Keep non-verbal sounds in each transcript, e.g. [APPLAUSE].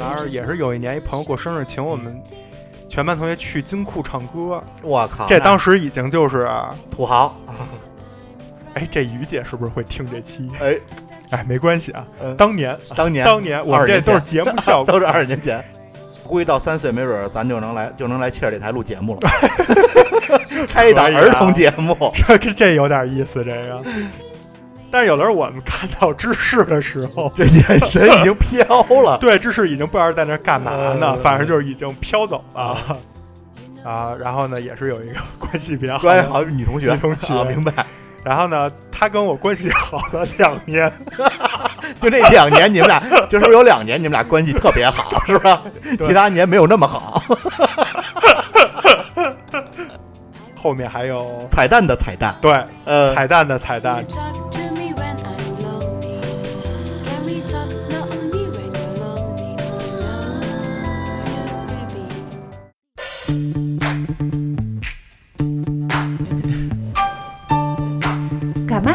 儿也是有一年一朋友过生日，请我们全班同学去金库唱歌，我靠，这当时已经就是，土豪，哎，这于姐是不是会听这期？哎，哎，没关系啊，嗯当年当年当年我二们这十年都是前节目效果， [LAUGHS] 都是二十年前。估计到三岁，没准儿咱就能来，就能来切尔这台录 [LAUGHS] 节目了，开一档可以啊儿童节目。这这有点意思，这个。但是有的时候我们看到芝士的时候，这眼神已经飘 [LAUGHS] 了，对，芝士已经不知道在那儿干嘛呢，嗯反正就是已经飘走了。啊，然后呢，也是有一个关系比较好关系的，好女同学，女同学啊明白？然后呢，他跟我关系好了两年，就那两年，你们俩就是不是有两年你们俩关系特 [LAUGHS] 别好，是吧？对其他年没有那么好。后面还 [LAUGHS] 有彩蛋的彩蛋，对呃，彩蛋的彩蛋 Can you talk to me when I'm lonely? Can we talk not only when you're lonely? I love you, baby. 干嘛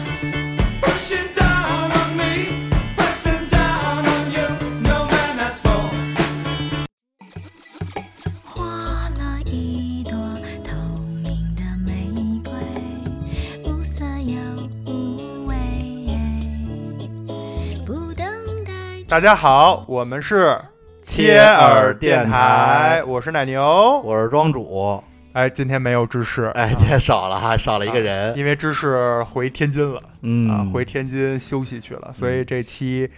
Pushing down on me, pressing down on you, no man has for. 花了一朵透明的玫瑰，无色又无味。不等待。大家好，我们是切耳电台我是奶牛。我是庄主，哎，今天没有芝士，哎，这少了啊哈，少了一个人，因为芝士回天津了、啊，嗯，回天津休息去了，所以这期。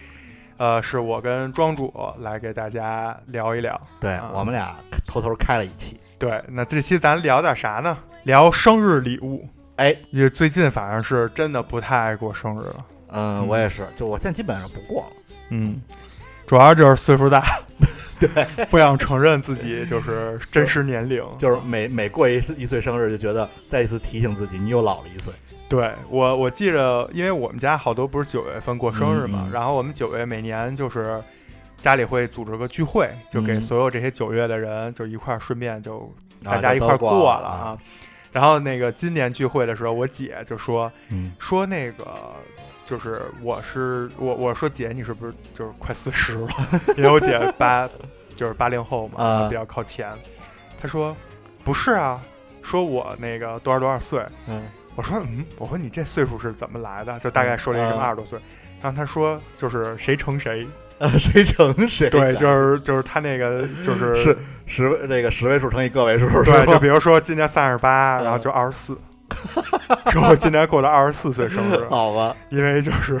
呃，是我跟庄主来给大家聊一聊。对啊我们俩偷偷开了一期，对，那这期咱聊点啥呢？聊生日礼物。哎，也最近反正是真的不太爱过生日了。嗯，我也是，就我现在基本上不过了，嗯，主要就是岁数大， [LAUGHS] 对， [LAUGHS] 不想承认自己就是真实年龄。 [LAUGHS] 就是啊每每过一次一岁生日，就觉得再一次提醒自己，你又老了一岁，对我，我记着，因为我们家好多不是九月份过生日嘛，嗯嗯然后我们九月每年就是家里会组织个聚会，就给嗯所有这些九月的人就一块儿，顺便就然大后家一块儿都过过了了啊。。然后那个今年聚会的时候，我姐就说嗯，说那个。就是我是我我说姐你是不是就是快四十了？ [LAUGHS] 因为我姐八就是八零后嘛，啊比较靠前。她说不是啊，说我那个多少多少岁，嗯，我说嗯，我说你这岁数是怎么来的？就大概说了一什么嗯二十多岁，然后他说就是谁乘谁，呃， [LAUGHS] 谁乘谁的？对，就是 [LAUGHS] 就是他那 [LAUGHS] 个就是是十位这个十位数乘以个位数，是吧对，就比如说今年三十八，嗯，然后就二十四，说我今年过了二十四岁生日好吧，因为就是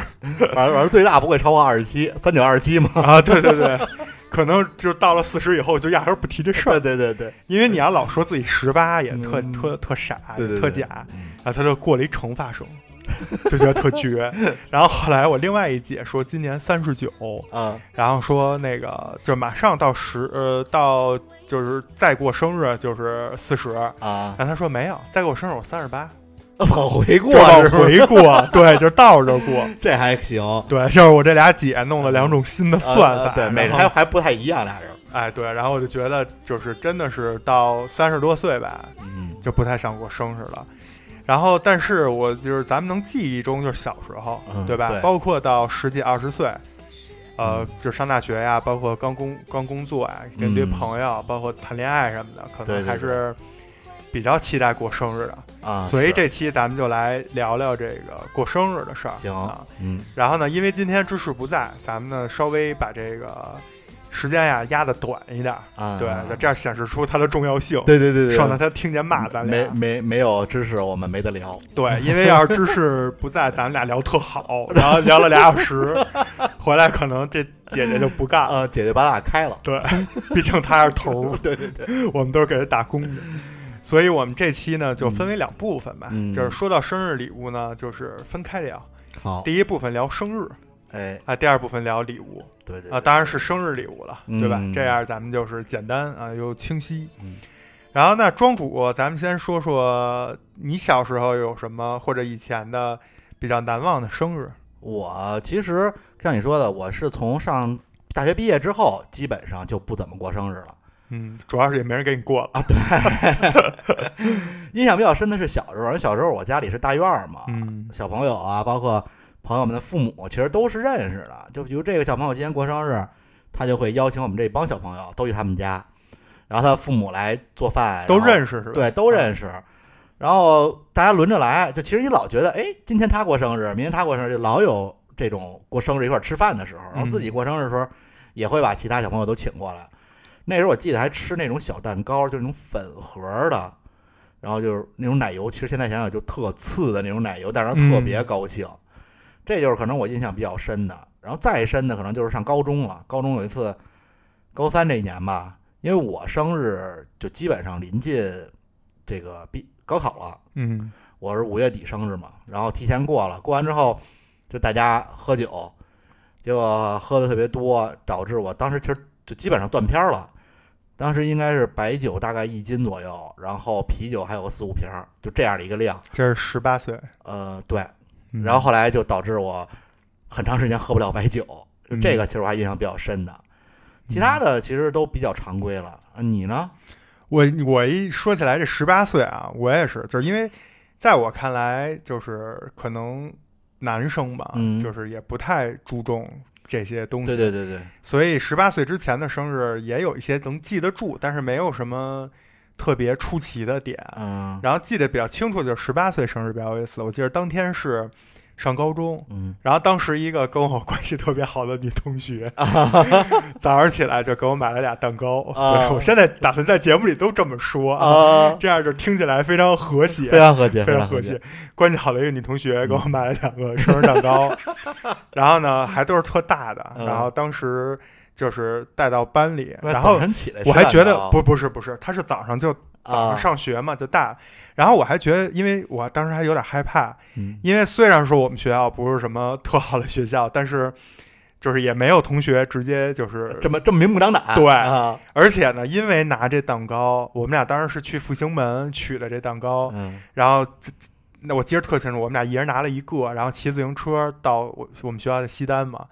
反正反正最大不会超过二十七，三九二十七嘛。啊，对对对，可能就到了四十以后就压根儿不提这事对儿，对对对，因为你要老说自己十八也特嗯特特傻，对对对嗯特假，然后啊他就过了一长发生。就觉得特 [LAUGHS] 绝，然后后来我另外一姐说今年三十九，嗯，然后说那个就马上到十呃到就是再过生日就是四十，然啊，后他说没有，再过生日我三十八，往回过就往是吧？回过，对，就倒着 [LAUGHS] 过，这还行，对，就是我这俩姐弄了两种新的 [LAUGHS] 算呃法，对，每然人后还还不太一样，俩人。哎对，然后我就觉得就是真的是到三十多岁吧，嗯，就不太想过生日了。然后，但是我就是咱们能记忆中就是小时候，嗯对吧？对包括到十几二十岁，呃，就上大学呀，包括刚工刚工作呀，跟一堆嗯朋友，包括谈恋爱什么的，可对能对还对是比较期待过生日的。啊，所以是这期咱们就来聊聊这个过生日的事儿。行啊，嗯然后呢，因为今天知识不在，咱们呢稍微把这个时间呀压的短一点儿，啊，对，对这样显示出它的重要性。对对对对，省得他听见骂咱俩。没没没有知识，我们没得聊。对，因为要是芝士不在，咱们俩聊特好，然后聊了俩小时，回来可能这姐姐就不干了。呃，姐姐把俩开 [LAUGHS] 了，对，毕竟她是头儿，对对对，我们都是给她打工的。所以我们这期呢就分为两部分吧，嗯就是说到生日礼物呢，就是分开聊。好，第一部分聊生日哎，啊，第二部分聊礼物对对啊，对当然是生日礼物了，对吧？嗯这样咱们就是简单啊又清晰。嗯然后那庄主，咱们先说说你小时候有什么或者以前的比较难忘的生日。我其实像你说的，我是从上大学毕业之后，基本上就不怎么过生日了。嗯，主要是也没人给你过了。印象比较深的是小时候，因为小时候我家里是大院儿嘛，嗯小朋友啊，包括朋友们的父母，其实都是认识的。就比如这个小朋友今天过生日，他就会邀请我们这帮小朋友都去他们家，然后他父母来做饭， [LAUGHS] 都识认识是吧？对，都认识。然后大家轮着来，就其实你老觉得，哎，今天他过生日，明天他过生日，就老有这种过生日一块儿吃饭的时候。然后自嗯己过生日的时候，也会把其他小朋友都请过来。那时候我记得还吃那种小蛋糕，就是那种粉盒儿的，然后就是那种奶油，其实现在想想就特次的那种奶油，但是特别高兴。这就是可能我印象比较深的。然后再深的可能就是上高中了，高中有一次，高三这一年吧，因为我生日就基本上临近这个毕高考了，嗯我是五月底生日嘛，然后提前过了，过完之后就大家喝酒，结果喝的特别多，导致我当时其实就基本上断片儿了。当时应该是白酒大概一斤左右，然后啤酒还有个四五瓶儿，就这样的一个量。这是十八岁。呃，对，嗯然后后来就导致我很长时间喝不了白酒，就嗯这个其实我还印象比较深的。其他的其实都比较常规了。啊你呢？我我一说起来这十八岁啊，我也是，就是因为在我看来，就是可能男生吧，嗯就是也不太注重这些东西，对对对对，所以十八岁之前的生日也有一些能记得住，但是没有什么特别出奇的点。嗯然后记得比较清楚的就是十八岁生日比较有意思，我记得当天是上高中，嗯然后当时一个跟我关系特别好的女同 [LAUGHS] 学，早上起来就给我买了俩蛋糕。啊对我现在打算在节目里都这么说，啊，这样就听起来非常和谐，非常和谐，呃非常和和谐。。关系好的一个女同学给我买了两个生日蛋糕， [LAUGHS] 然后呢还都是特大的，嗯然后当时就是带到班里，那然早后晨起来吃哦我还蛋觉得糕不不是不是，她是早上就早啊上上学嘛，就大。然后我还觉得，因为我当时还有点害怕，嗯因为虽然说我们学校不是什么特好的学校，但是就是也没有同学直接就是呃这么这么明目张胆，对啊，而且呢，因为拿这蛋糕，我们俩当时是去复兴门取的这蛋糕，嗯然后这这那我记得特清楚，我们俩一人拿了一个，然后骑自行车到我我们学校的西单嘛，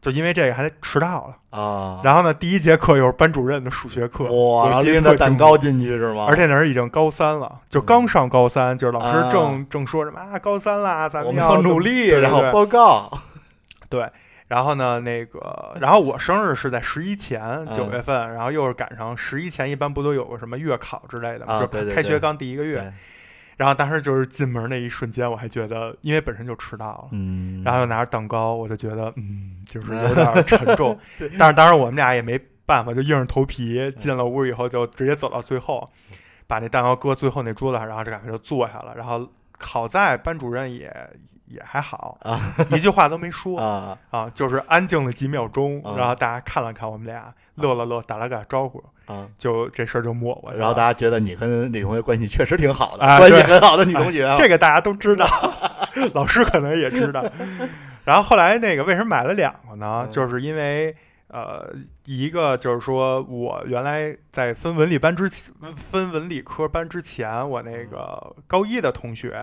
就因为这个还迟到了。啊，然后呢，第一节课又是班主任的数学课，哇，然后我记得拎特着清蛋楚糕啊进去是吗？而且那时候已经高三了，就刚上高三，就是老啊师正、正说什么啊，高三啦，咱我们们要努努力，力，然后对报告，对。然后呢，那个，然后我生日是在十一前嗯九月份，然后又是赶上十一前，一般不都有个什么月考之类的吗？啊就对对开对学刚第一个月。对然后当时就是进门那一瞬间，我还觉得，因为本身就迟到了，嗯然后又拿着蛋糕，我就觉得，嗯，就是有点沉 [LAUGHS] 重。但是当然我们俩也没办法，就硬着头皮进了屋以后，就直接走到最后，把那蛋糕搁最后那桌子上，然后这感觉就坐下了。然后好在班主任也也还好，啊一句话都没说啊，啊，就是安静了几秒钟，啊然后大家看了看我们俩，乐了乐，打了个招呼，啊，就这事儿就没过去了。然后大家觉得你跟女同学关系确实挺好的，啊 [LAUGHS] 关系对很好的女同学啊，这个大家都知 [LAUGHS] 道，老师可能也知道。然后后来那个为什么买了两个呢嗯？就是因为呃，一个就是说我原来在分文理班之前分文理科班之前，我那个嗯高一的同学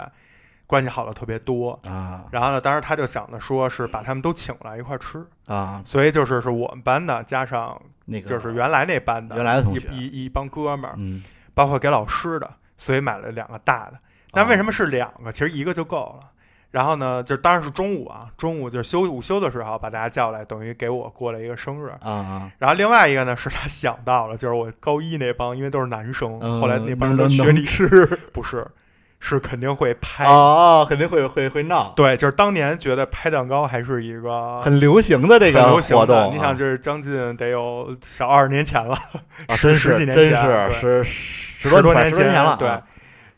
关系好的特别多。啊然后呢，当时他就想着说是把他们都请来一块儿吃，啊，所以就是是我们班的加上那个就是原来那班的原来的同一学一一帮哥们儿，嗯包括给老师的，所以买了两个大的。但哦为什么是两个？其实一个就够了。然后呢，就当然是中午啊，中午就是休午休的时候把大家叫来，等于给我过了一个生日。啊啊，然后另外一个呢，是他想到了，就是我高一那帮，因为都是男生，嗯后来那帮能都能学能理吃 [LAUGHS] 不是，是肯定会拍。啊，肯定会会会闹，对，就是当年觉得拍蛋糕还是一个很流行的这很个流行活的动啊，你想，就是将近得有小二十年前了，啊，十真十是几年真前是对十十十多年十多年了，对啊。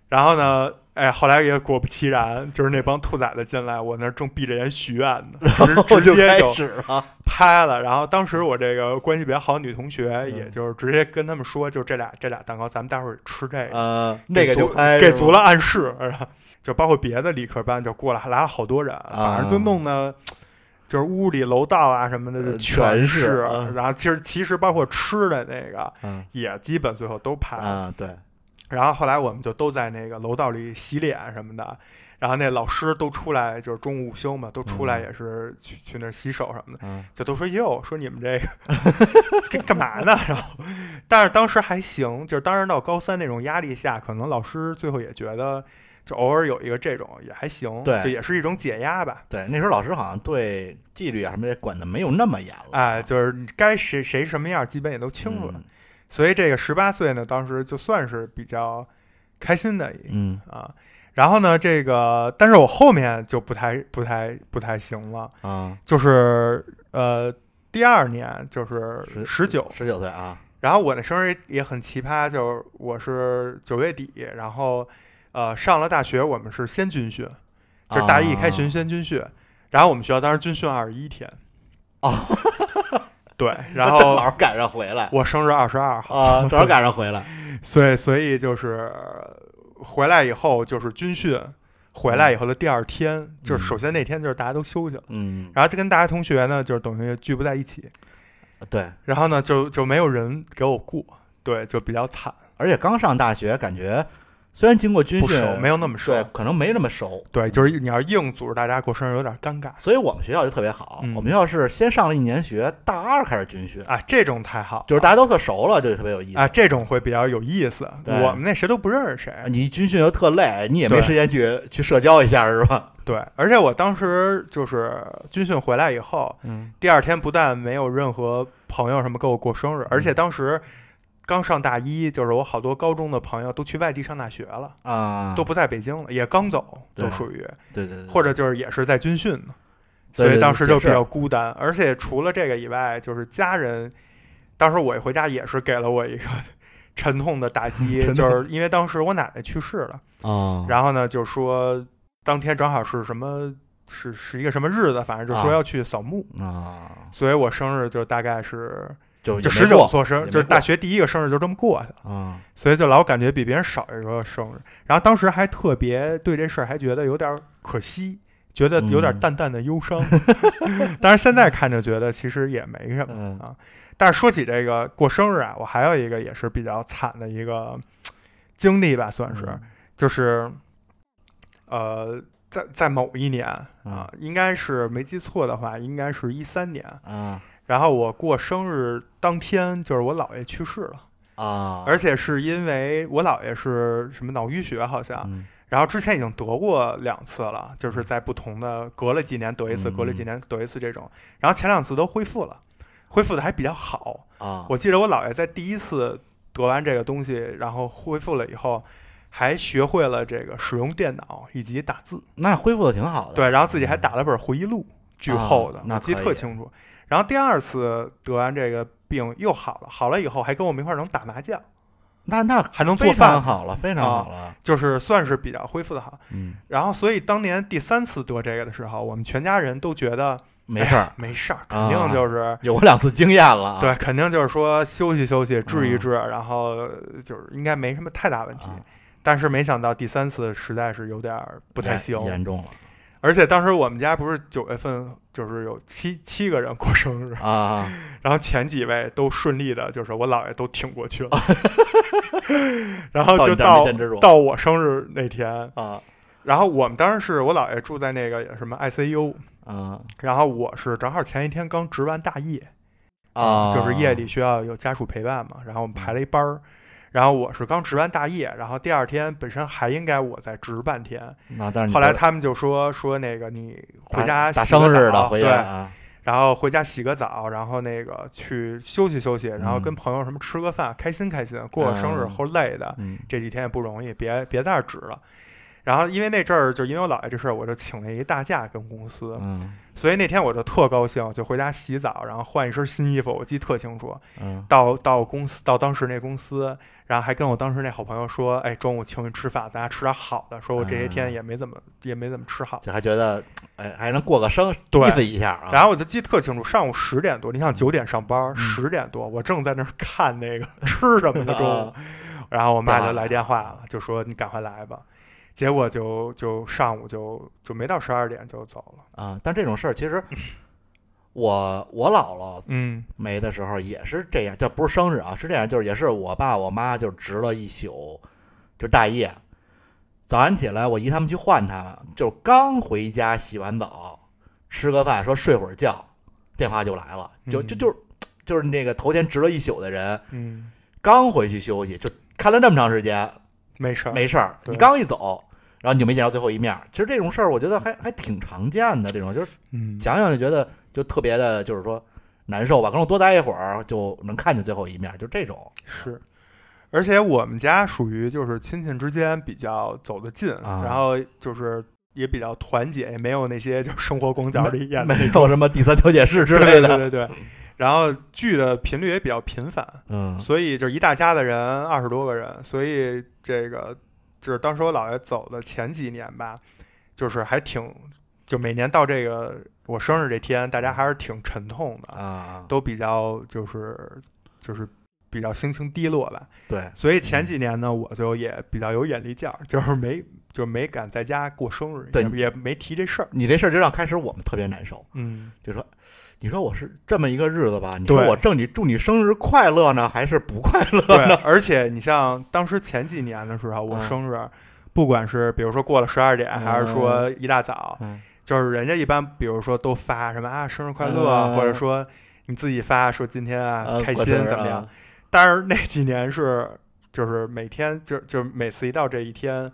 然后呢，哎，后来也果不其然，就是那帮兔崽子进来，我那儿正闭着眼许愿呢，然 [LAUGHS] 后直就直接开就始了，啊拍了。然后当时我这个关系比较好的女同学，嗯也就是直接跟他们说，就这俩这俩蛋糕，咱们待会儿吃这个。呃，那个哎给就足拍给是足吗了暗示，然后就包括别的理科班就过来，来了好多人，反正就弄得就是屋里楼道啊什么的啊呃就全是是嗯，然后其实其实包括吃的那个嗯也基本最后都拍了。啊，对，然后后来我们就都在那个楼道里洗脸什么的，然后那老师都出来，就是中午午休嘛，都出来也是去、去那儿洗手什么的，嗯就都说哟，说你们这个干干嘛呢？ [LAUGHS] 然后，但是当时还行，就是当时到高三那种压力下，可能老师最后也觉得，就偶尔有一个这种也还行，对就也是一种解压吧。对，那时候老师好像对纪律啊什么的管的没有那么严了，啊哎，就是你该谁谁什么样，基本也都清楚了。嗯所以这个十八岁呢，当时就算是比较开心的一嗯，啊。然后呢，这个但是我后面就不太不太不太行了，嗯啊，就是呃第二年就是十十九，十九岁啊，然后我的生日也很奇葩，就是我是九月底，然后呃上了大学，我们是先军训，就是大一开学 [LAUGHS] 啊先军训，然后我们学校当时军训二十一天。哦， [LAUGHS] 对，然正后好赶上回来我生日二十二号，啊，正好赶上回来，所以所以就是回来以后就是军训，回来以后的第二天，就是首先那天就是大家都休息了，嗯，然后就跟大家同学呢就是等于聚不在一起，对，然后呢就就没有人给我过，对，就比较惨，而且刚上大学，感觉虽然经过军不训，熟，没有那么熟，对，可能没那么熟，对，就是你要硬组织大家过生日有点尴尬所以我们学校就特别好，嗯我们学校是先上了一年学，大二开始军训，啊，这种太好了，就是大家都特熟了，就特别有意思。啊，这种会比较有意思。对啊我们那谁都不认识谁，你军训又特累，你也没对时间去去社交一下，是吧？对，而且我当时就是军训回来以后，嗯第二天不但没有任何朋友什么给我过生日，而嗯且当时刚上大一，就是我好多高中的朋友都去外地上大学了，啊，都不在北京了，也刚走，对都属于，对对对，或者就是也是在军训呢，对所以当时就也是比较孤单。而且除了这个以外，就是家人，当时我一回家也是给了我一个沉痛的打击 [LAUGHS] ，沉痛就是因为当时我奶奶去世了。啊，然后呢，就说当天正好是什么是是一个什么日子，反正就说啊要去扫墓，啊，所以我生日就大概是就就也没十九过岁生也日，没就是大过学第一个生日就这么过去了，啊，所以就老感觉比别人少一个生日。然后当时还特别对这事儿还觉得有点可惜。觉得有点嗯淡淡的忧伤， [LAUGHS] 但是现在看着觉得其实也没什么。嗯但是说起这个过生日啊，我还有一个也是比较惨的一个经历吧，算嗯是。就是呃，在在某一年嗯啊，应该是没记错的话，应该是一三年。啊然后我过生日当天，就是我姥爷去世了，啊，而且是因为我姥爷是什么脑淤血好像，嗯然后之前已经得过两次了，就是在不同的隔了几年得一次，隔了几嗯年得一次这种，然后前两次都恢复了，恢复的还比较好，啊，我记得我姥爷在第一次得完这个东西，然后恢复了以后，还学会了这个使用电脑以及打字。那恢复的挺好的，嗯对，然后自己还打了本回忆录，巨厚的，啊那我记得可以特清楚。然后第二次得完这个病又好了，好了以后还跟我们一块儿能打麻将，那那还能做非常饭，好了，非常啊好了，就是算是比较恢复的好。嗯，然后，所以当年第三次得这个的时候，我们全家人都觉得没事儿，没事儿，肯定啊就是。有过两次经验了啊，对，肯定就是说休息休息，治一嗯治，然后就是应该没什么太大问题。啊但是没想到第三次实在是有点儿不太严行，哎严重了 [LAUGHS] 而且当时我们家不是九月份就是有七七个人过生日，啊，然后前几位都顺利的，就是我姥爷都挺过去了， [LAUGHS] 然后到就你这儿没到见之处到我生日那天，啊然后我们当时是我姥爷住在那个什么 ICU，啊然后我是正好前一天刚值完大夜，啊，就是夜里需要有家属陪伴嘛，然后我们排了一班儿，然后我是刚值完大夜，然后第二天本身还应该我再值半天，那但是你后来不他们就说说那个你打回家打洗个生日澡了，回对家，啊，然后回家洗个澡，然后那个去休息休息，然后嗯跟朋友什么吃个饭，开心开心，过个生日嗯齁累的，嗯这几天也不容易，别别在这儿值了。然后因为那阵儿就因为我姥爷这事儿，我就请了一大假跟公司，嗯所以那天我就特高兴，就回家洗澡，然后换一身新衣服，我记得特清楚。嗯到到公司，到当时那公司，然后还跟我当时那好朋友说，哎，中午请你吃饭，咱俩吃点好的。说我这些嗯天也没怎么、也没怎么吃好。就还觉得哎还能过个生对意思一下啊，嗯然后我就记得特清楚，上午十点多，你想九点上班，十、点多我正在那儿看那个 [LAUGHS] 吃什么呢中 [LAUGHS] 午，啊然后我妈就来电话了，就说你赶快来吧。结果就就上午就就没到十二点就走了。啊，但这种事儿其实我我姥姥嗯没的时候也是这样，这不是生日啊，是这样，就是也是我爸我妈就值了一宿就是大夜。早上起来，我姨他们去换他们，就是刚回家洗完澡，吃个饭，说睡会儿觉，电话就来了，就就嗯就是就是那个头天值了一宿的人，嗯，刚回去休息，就看了这么长时间，没事儿，没事儿，对你刚一走，然后你就没见着最后一面儿。其实这种事儿，我觉得还还挺常见的，这种就是嗯，想想就觉得就特别的，就是说难受吧。可能我多待一会儿就能看见最后一面儿，就这种是。而且我们家属于就是亲戚之间比较走得近，啊然后就是也比较团结，也没有那些就生活拱角的演的没有什么第三调解室之类对的。对对对。然后聚的频率也比较频繁，嗯所以就是一大家的人，二十多个人，所以这个就是当时我姥爷走的前几年吧，就是还挺，就每年到这个我生日这天，大家还是挺沉痛的，啊，都比较就是就是比较心情低落吧。对，所以前几年呢，我就也比较有眼力见儿，就是没就没敢在家过生日，对也也没提这事儿。你这事儿就让开始我们特别难受，嗯，就说。你说我是这么一个日子吧？你说对我正你祝你生日快乐呢，还是不快 [LAUGHS] 乐？ [LAUGHS] 对，而且你像当时前几年的时候，我嗯生日，不管是比如说过了十二点，还是说一大早，嗯就是人家一般比如说都发什么啊生日快乐，嗯或者说你自己发说今天啊、呃开过心生日怎么样啊？但是那几年是就是每天就就每次一到这一天。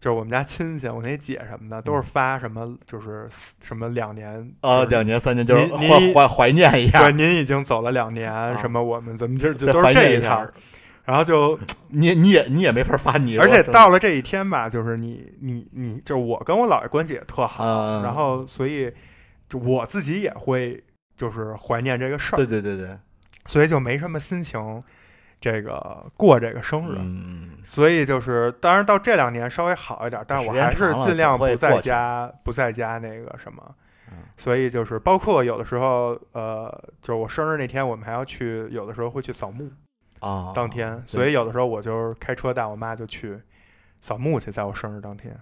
就是我们家亲戚，我那姐什嗯么的，都是发什么，就是四什么两年呃，就是两年三年就是你怀你怀怀念对，一下，您已经走了两啊年，什么我们怎么就就对都怀是这念一一下套儿，然后就你你也你也没法发你，而且我生日到了这一天吧，就是你你你，就是我跟我姥爷关系也特好，嗯嗯嗯然后所以就我自己也会就是怀念这个事对儿，对对对，所以就没什么心情这个过这个生日。嗯，所以就是，当然到这两年稍微好一点，但是我还时间是长了尽量总会不在过去家，不在家那个什么嗯。所以就是，包括有的时候，呃，就是我生日那天，我们还要去，有的时候会去扫墓。啊，当天，所以有的时候我就是开车带我妈就去扫墓去，在我生日当天。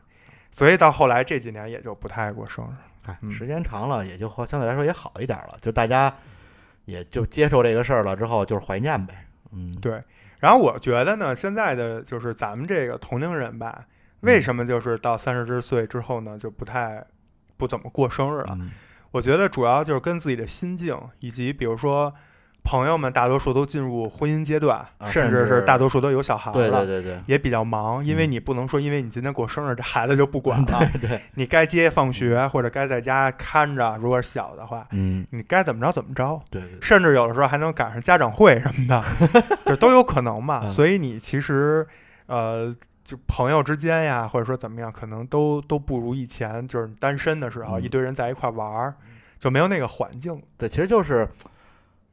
所以到后来这几年也就不太过生日，哎嗯时间长了也就好相对来说也好一点了，就大家也就接受这个事儿了之后，就是怀念呗，嗯，对。然后我觉得呢，现在的就是咱们这个同龄人吧，为嗯什么就是到三十之岁之后呢，就不太不怎么过生日了？嗯我觉得主要就是跟自己的心境，以及比如说朋友们大多数都进入婚姻阶段，啊甚甚至至是大多数都有小孩了，对对对对，也比较忙，因为你不能说因为你今天过生日，这孩子就不管了。嗯 [LAUGHS] 对你该接放学或者该在家看着，如果是小的话，嗯，你该怎么着怎么着，对对，对甚至有的时候还能赶上家长会什么 [LAUGHS] 的，就都有可能嘛。嗯所以你其实呃，就朋友之间呀，或者说怎么样，可能都都不如以前就是你单身的时候，嗯一堆人在一块玩儿，就没有那个环境了。对，其实就是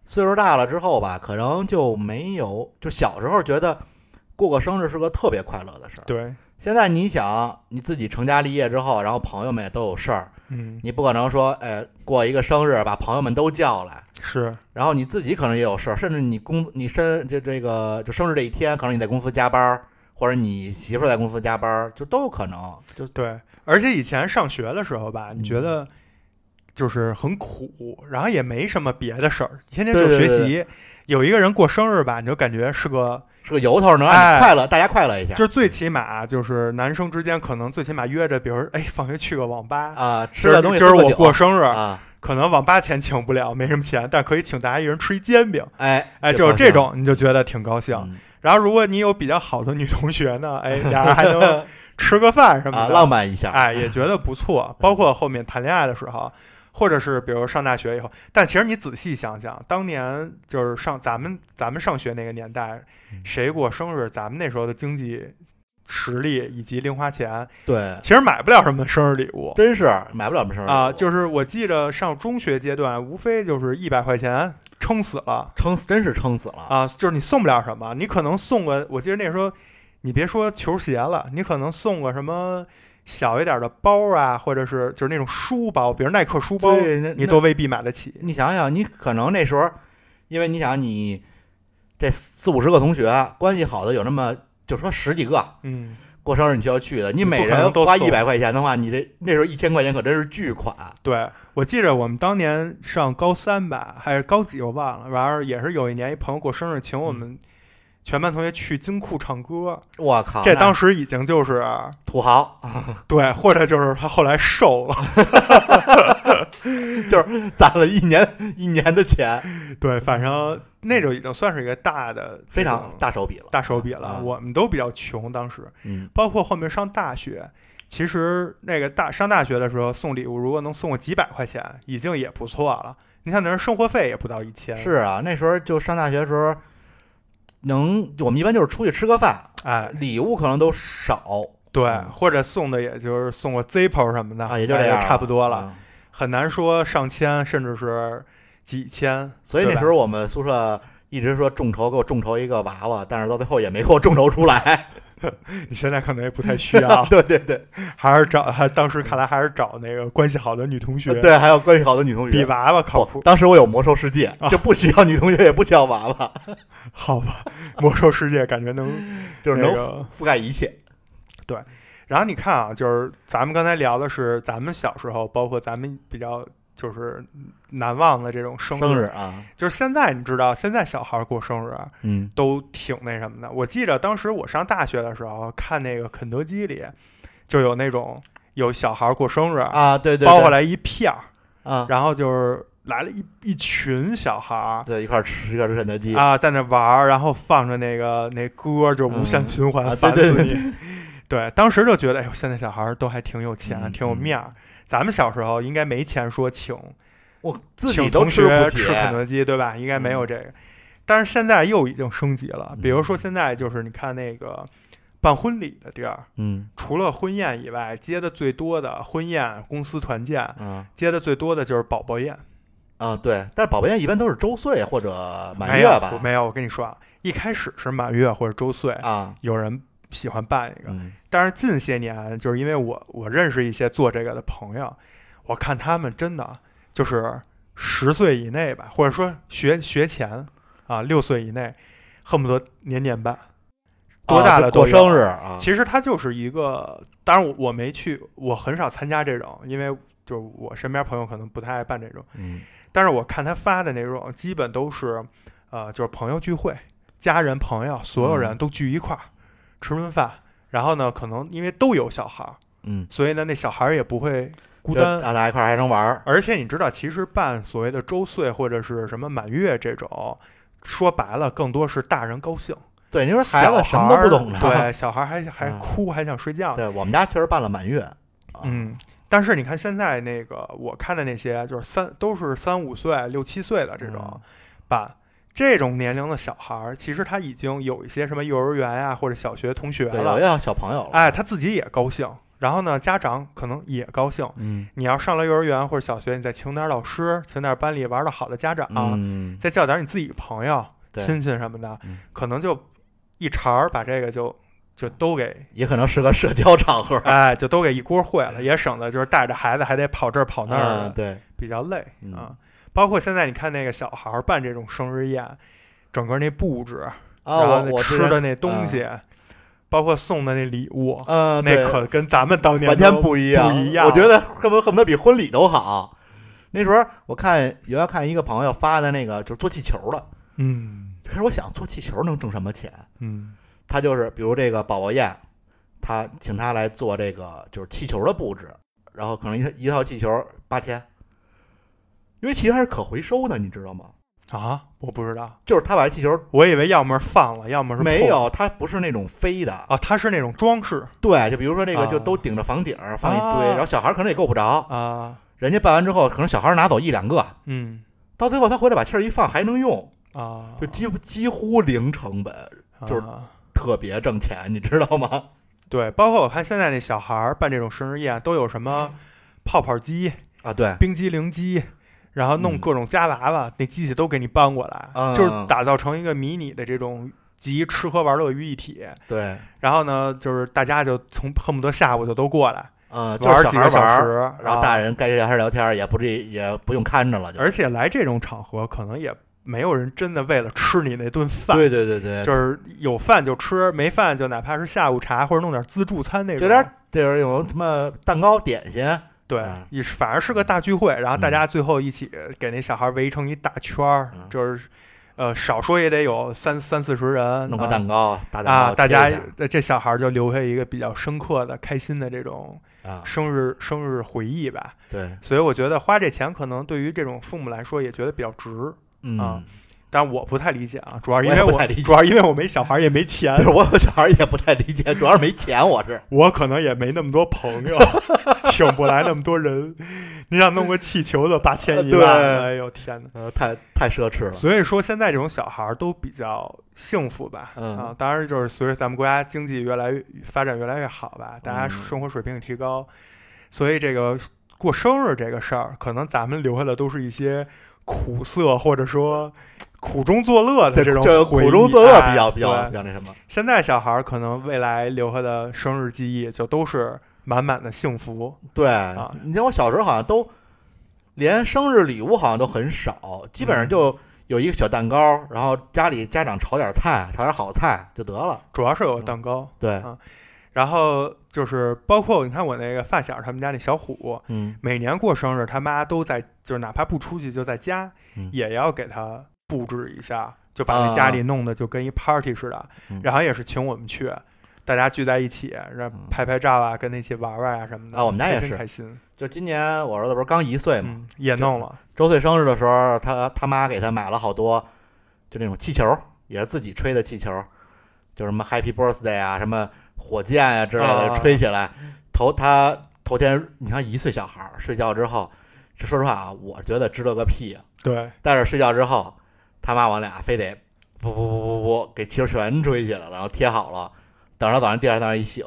岁数大了之后吧，可能就没有，就小时候觉得过个生日是个特别快乐的事儿，对，现在你想你自己成家立业之后，然后朋友们也都有事儿，嗯，你不可能说，哎，过一个生日把朋友们都叫来。是，然后你自己可能也有事儿，甚至你工你生这这个就生日这一天，可能你在公司加班儿，或者你媳妇儿在公司加班儿，就都有可能。就对。而且以前上学的时候吧，你觉嗯得。就是很苦，然后也没什么别的事儿，天天对就对学习。对有一个人过生日吧，你就感觉是个是个由头，能让哎你快乐，大家快乐一下。就是最起码就是男生之间可能最起码约着，比如说哎，放学去个网吧，啊，今吃儿的东西今儿喝个我酒过生日，啊，可能网吧钱请不了，没什么钱，但可以请大家一人吃一煎饼，哎哎，就就是高这兴种你就觉得挺高兴。嗯然后如果你有比较好的女同学呢，哎，俩人还 [LAUGHS] 能吃个饭什么的，啊，浪漫一下。 [LAUGHS] 哎，也觉得不错。包括后面谈恋爱的时候，或者是比如上大学以后，但其实你仔细想想，当年就是上咱们咱们上学那个年代，谁过生日，咱们那时候的经济实力以及零花钱，对，其实买不了什么生日礼物。真是买不了什么生日啊，礼物就是我记着上中学阶段，无非就是一百块钱，撑死了撑死，真是撑死了。啊，就是你送不了什么，你可能送个，我记得那时候，你别说球鞋了，你可能送个什么小一点的包啊，或者是就是那种书包，比如耐克书包，对，那你那都未必买得起。嗯你想想，你可能那时候，因为你想你这四五十个同学关系好的有那么就说十几个，嗯，过生日你就要去的，你不每可能人都花送一百块钱的话，你这那时候一千块钱可真是巨款。对，我记着我们当年嗯上高三吧，还是高几我忘了，完了也是有一年一朋友过生日，请我们全班同学去金库唱歌，我靠，这那当时已经就是 [LAUGHS] 土豪，对，或者就是他后来瘦了， [LAUGHS] 攒了一年一年的钱，对，反正那就已经算是一个大的非这种常大手笔了。大手笔了。啊我们都比较穷，当时嗯，包括后面上大学，其实那个大上大学的时候送礼物，如果能送个几百块钱，已经也不错了。你像那时候生活费也不到一千，是啊，那时候就上大学的时候，能我们一般就是出去吃个饭，哎，礼物可能都少对，嗯或者送的也就是送个 Zippo 什么的啊，也就这样哎了，差不多了，啊。很难说上千，甚至是几千。所以对那吧时候我们宿舍一直说众筹给我众筹一个娃娃，但是到最后也没给我众筹出来。 [LAUGHS] 你现在可能也不太需要， [LAUGHS] 对对对 [LAUGHS] 还是找还当时看来还是找那个关系好的女同学，对，还有关系好的女同啊比学。娃娃靠不，谱，当时我有魔兽世界，啊就不需要女同学，也不需要 [LAUGHS] 娃娃，好吧？魔兽世界感觉能就 [LAUGHS] 是那能个。覆盖一切。然后你看啊，就是咱们刚才聊的是咱们小时候，包括咱们比较就是难忘的这种生生日啊，就是现在你知道，现在小孩儿过生日啊嗯，都挺那什么的。我记着当时我上大学的时候，看那个肯德基里就有那种有小孩儿过生日，啊，对对，包对回来一片儿，啊，然后就是来了一一群小孩儿。对，一块儿吃一块儿吃肯德基，啊，在那玩儿，然后放着那个那歌儿，就无限嗯循啊环，对烦对死对你。对，当时就觉得，哎呦，现在小孩儿都还挺有钱，嗯挺有嗯面儿。咱们小时候应该没钱说请我自己请都同吃学不吃起。嗯肯德基，对吧？应该没有这个。但是现在又已经升级了，比如说现在就是你看那个办婚礼的地儿，嗯除了婚宴以外，接的最多的婚宴、公司团建，啊接的最多的就是宝宝宴。啊，对，但是宝贝宴一般都是周岁或者满没月有吧？没有，我跟你说啊，一开始是满月或者周岁，啊，有人喜欢办一个。嗯但是近些年，就是因为我我认识一些做这个的朋友，我看他们真的就是十岁以内吧，或者说学学前啊六岁以内，恨不得年年办，多啊大就了都过有生日。啊？其实它就是一个，当然我我没去，我很少参加这种，因为就我身边朋友可能不太爱办这种。嗯但是我看他发的内容，基本都是，呃，就是朋友聚会，家人、朋友，所有嗯人都聚一块儿、吃顿饭。然后呢，可能因为都有小孩儿，嗯，所以呢，那小孩儿也不会孤就单。啊，大家一块儿还能玩儿。而且你知道，其实办所谓的周岁或者是什么满月这种，说白了，更多是大人高兴，对，你说孩子什小么都孩不儿懂的，对，小孩儿还还啊哭，还想睡觉呢。 [LAUGHS] 对我们家确实办了满月。啊，嗯，但是你看现在那个我看的那些，就是三都是三五岁、六七岁的这种嗯班，这种年龄的小孩儿，其实他已经有一些什么幼儿园呀、或者小学同学对，有了，要小朋友了。哎，他自己也高兴，然后呢，家长可能也高兴。嗯你要上了幼儿园或者小学，你再请点老师，请点班里玩的好的家长，嗯，再叫点你自己朋友、对亲戚什么的，嗯可能就一茬儿把这个就就都给也可能是个社交场 [LAUGHS] 合。哎，就都给一锅烩了，也省得就是带着孩子还得跑这儿 [LAUGHS] 跑那儿的，嗯，对，比较累嗯啊。包括现在你看那个小孩儿办这种生日宴，整个那布置，啊，然后我那我之吃前的那东西，包括送的那礼物，嗯，对那可跟咱们当年完全都不一样，不一样我觉得恨不恨不得比婚礼都好。那时候我看原来看一个朋友发的那个，就是做气球的。嗯开始我想做气球能挣什么钱？嗯他就是比如这个宝宝宴，他请他来做这个就是气球的布置，然后可能一套一套气球八千，因为其实还是可回收的，你知道吗？啊，我不知道，就是他把这气球我以为要么是放了，要么是没破有，它不是那种飞的，啊，它是那种装饰对，就比如说这个啊就都顶着房顶儿放一堆，啊然后小孩儿可能也够不着，啊，人家办完之后可能小孩儿拿走一两个，嗯到最后他回来把气儿一放还能用，啊，就几乎几乎零成本，就是啊特别挣钱，你知道吗？对，包括我看现在那小孩儿办这种生日宴都有什么泡泡机、啊，对，冰激凌机，然后弄嗯各种夹娃娃，那机器都给你搬过来，嗯就是打造成一个迷你的这种集吃喝玩乐于一体。对，然后呢，就是大家就从恨不得下午就都过来呃，就玩是儿小几孩个儿小玩儿，时，然啊后大。人该聊天聊天，也不至于也不用看着了，就而且来这种场合，可能也没有人真的为了吃你那顿饭。对对对对，就是有饭就吃，没饭就哪怕是下午茶或者弄点自助餐那种，有点就是有什么蛋糕点心，对啊，也是反而是个大聚会，然后大家最后一起给那小孩围成一大圈儿，嗯嗯就是呃，少说也得有三三四十人，弄个啊蛋糕，打蛋啊，糕大切家一下呃这小孩儿就留下一个比较深刻的、开心的这种啊，生日生日回忆吧。对，所以我觉得花这钱可能对于这种父母来说也觉得比较值。啊 [LAUGHS] 嗯，但我不太理解啊，主要是因我也为不我太理解主要是因为我没小孩儿也没钱但，是我有小孩也不太理解，主要是没钱，我是我可能也没那么多朋友， [LAUGHS] 请不来那么多人。你想弄个气球都八千一万，对哎呦天哪！ [LAUGHS] 呃，太太奢侈了，所以说现在这种小孩儿都比较幸福吧，嗯啊，当然就是随着咱们国家经济越来越发展越来越好吧，大家嗯生活水平也提高，所以这个过生日这个事儿，可能咱们留下的都是一些苦涩或者说苦中作乐的对，这种这回忆苦中作乐哎比较比较对比较那什么，现在小孩儿可能未来留下的生日记忆就都是满满的幸福，对，啊你像我小时候好像都连生日礼物好像都很少，基本上嗯就有一个小蛋糕，然后家里家长炒点菜，炒点好菜就得了，主要是嗯有蛋糕，对，然后就是包括你看我那个发小他们家那小虎，嗯，每年过生日他妈都在，就是哪怕不出去就在家，嗯也要给他布置一下，就把那家里弄得就跟一 party 似的，嗯然后也是请我们去。大家聚在一起，然后拍拍照啊，跟他一起玩玩啊什么的。啊我们家也真是开心，就今年我儿子不是刚一岁嘛，嗯，也弄了，周岁生日的时候，他他妈给他买了好多，就那种气球，也是自己吹的气球，就什么 Happy Birthday 啊，什么火箭啊之类啊的，吹起来。头他头天，你看一岁小孩儿睡觉之后，这说实话啊，我觉得知道个屁啊。对，但是睡觉之后，他妈我俩非得不不不不不给气球全吹起来了，然后贴好了。等着早上第二天一醒，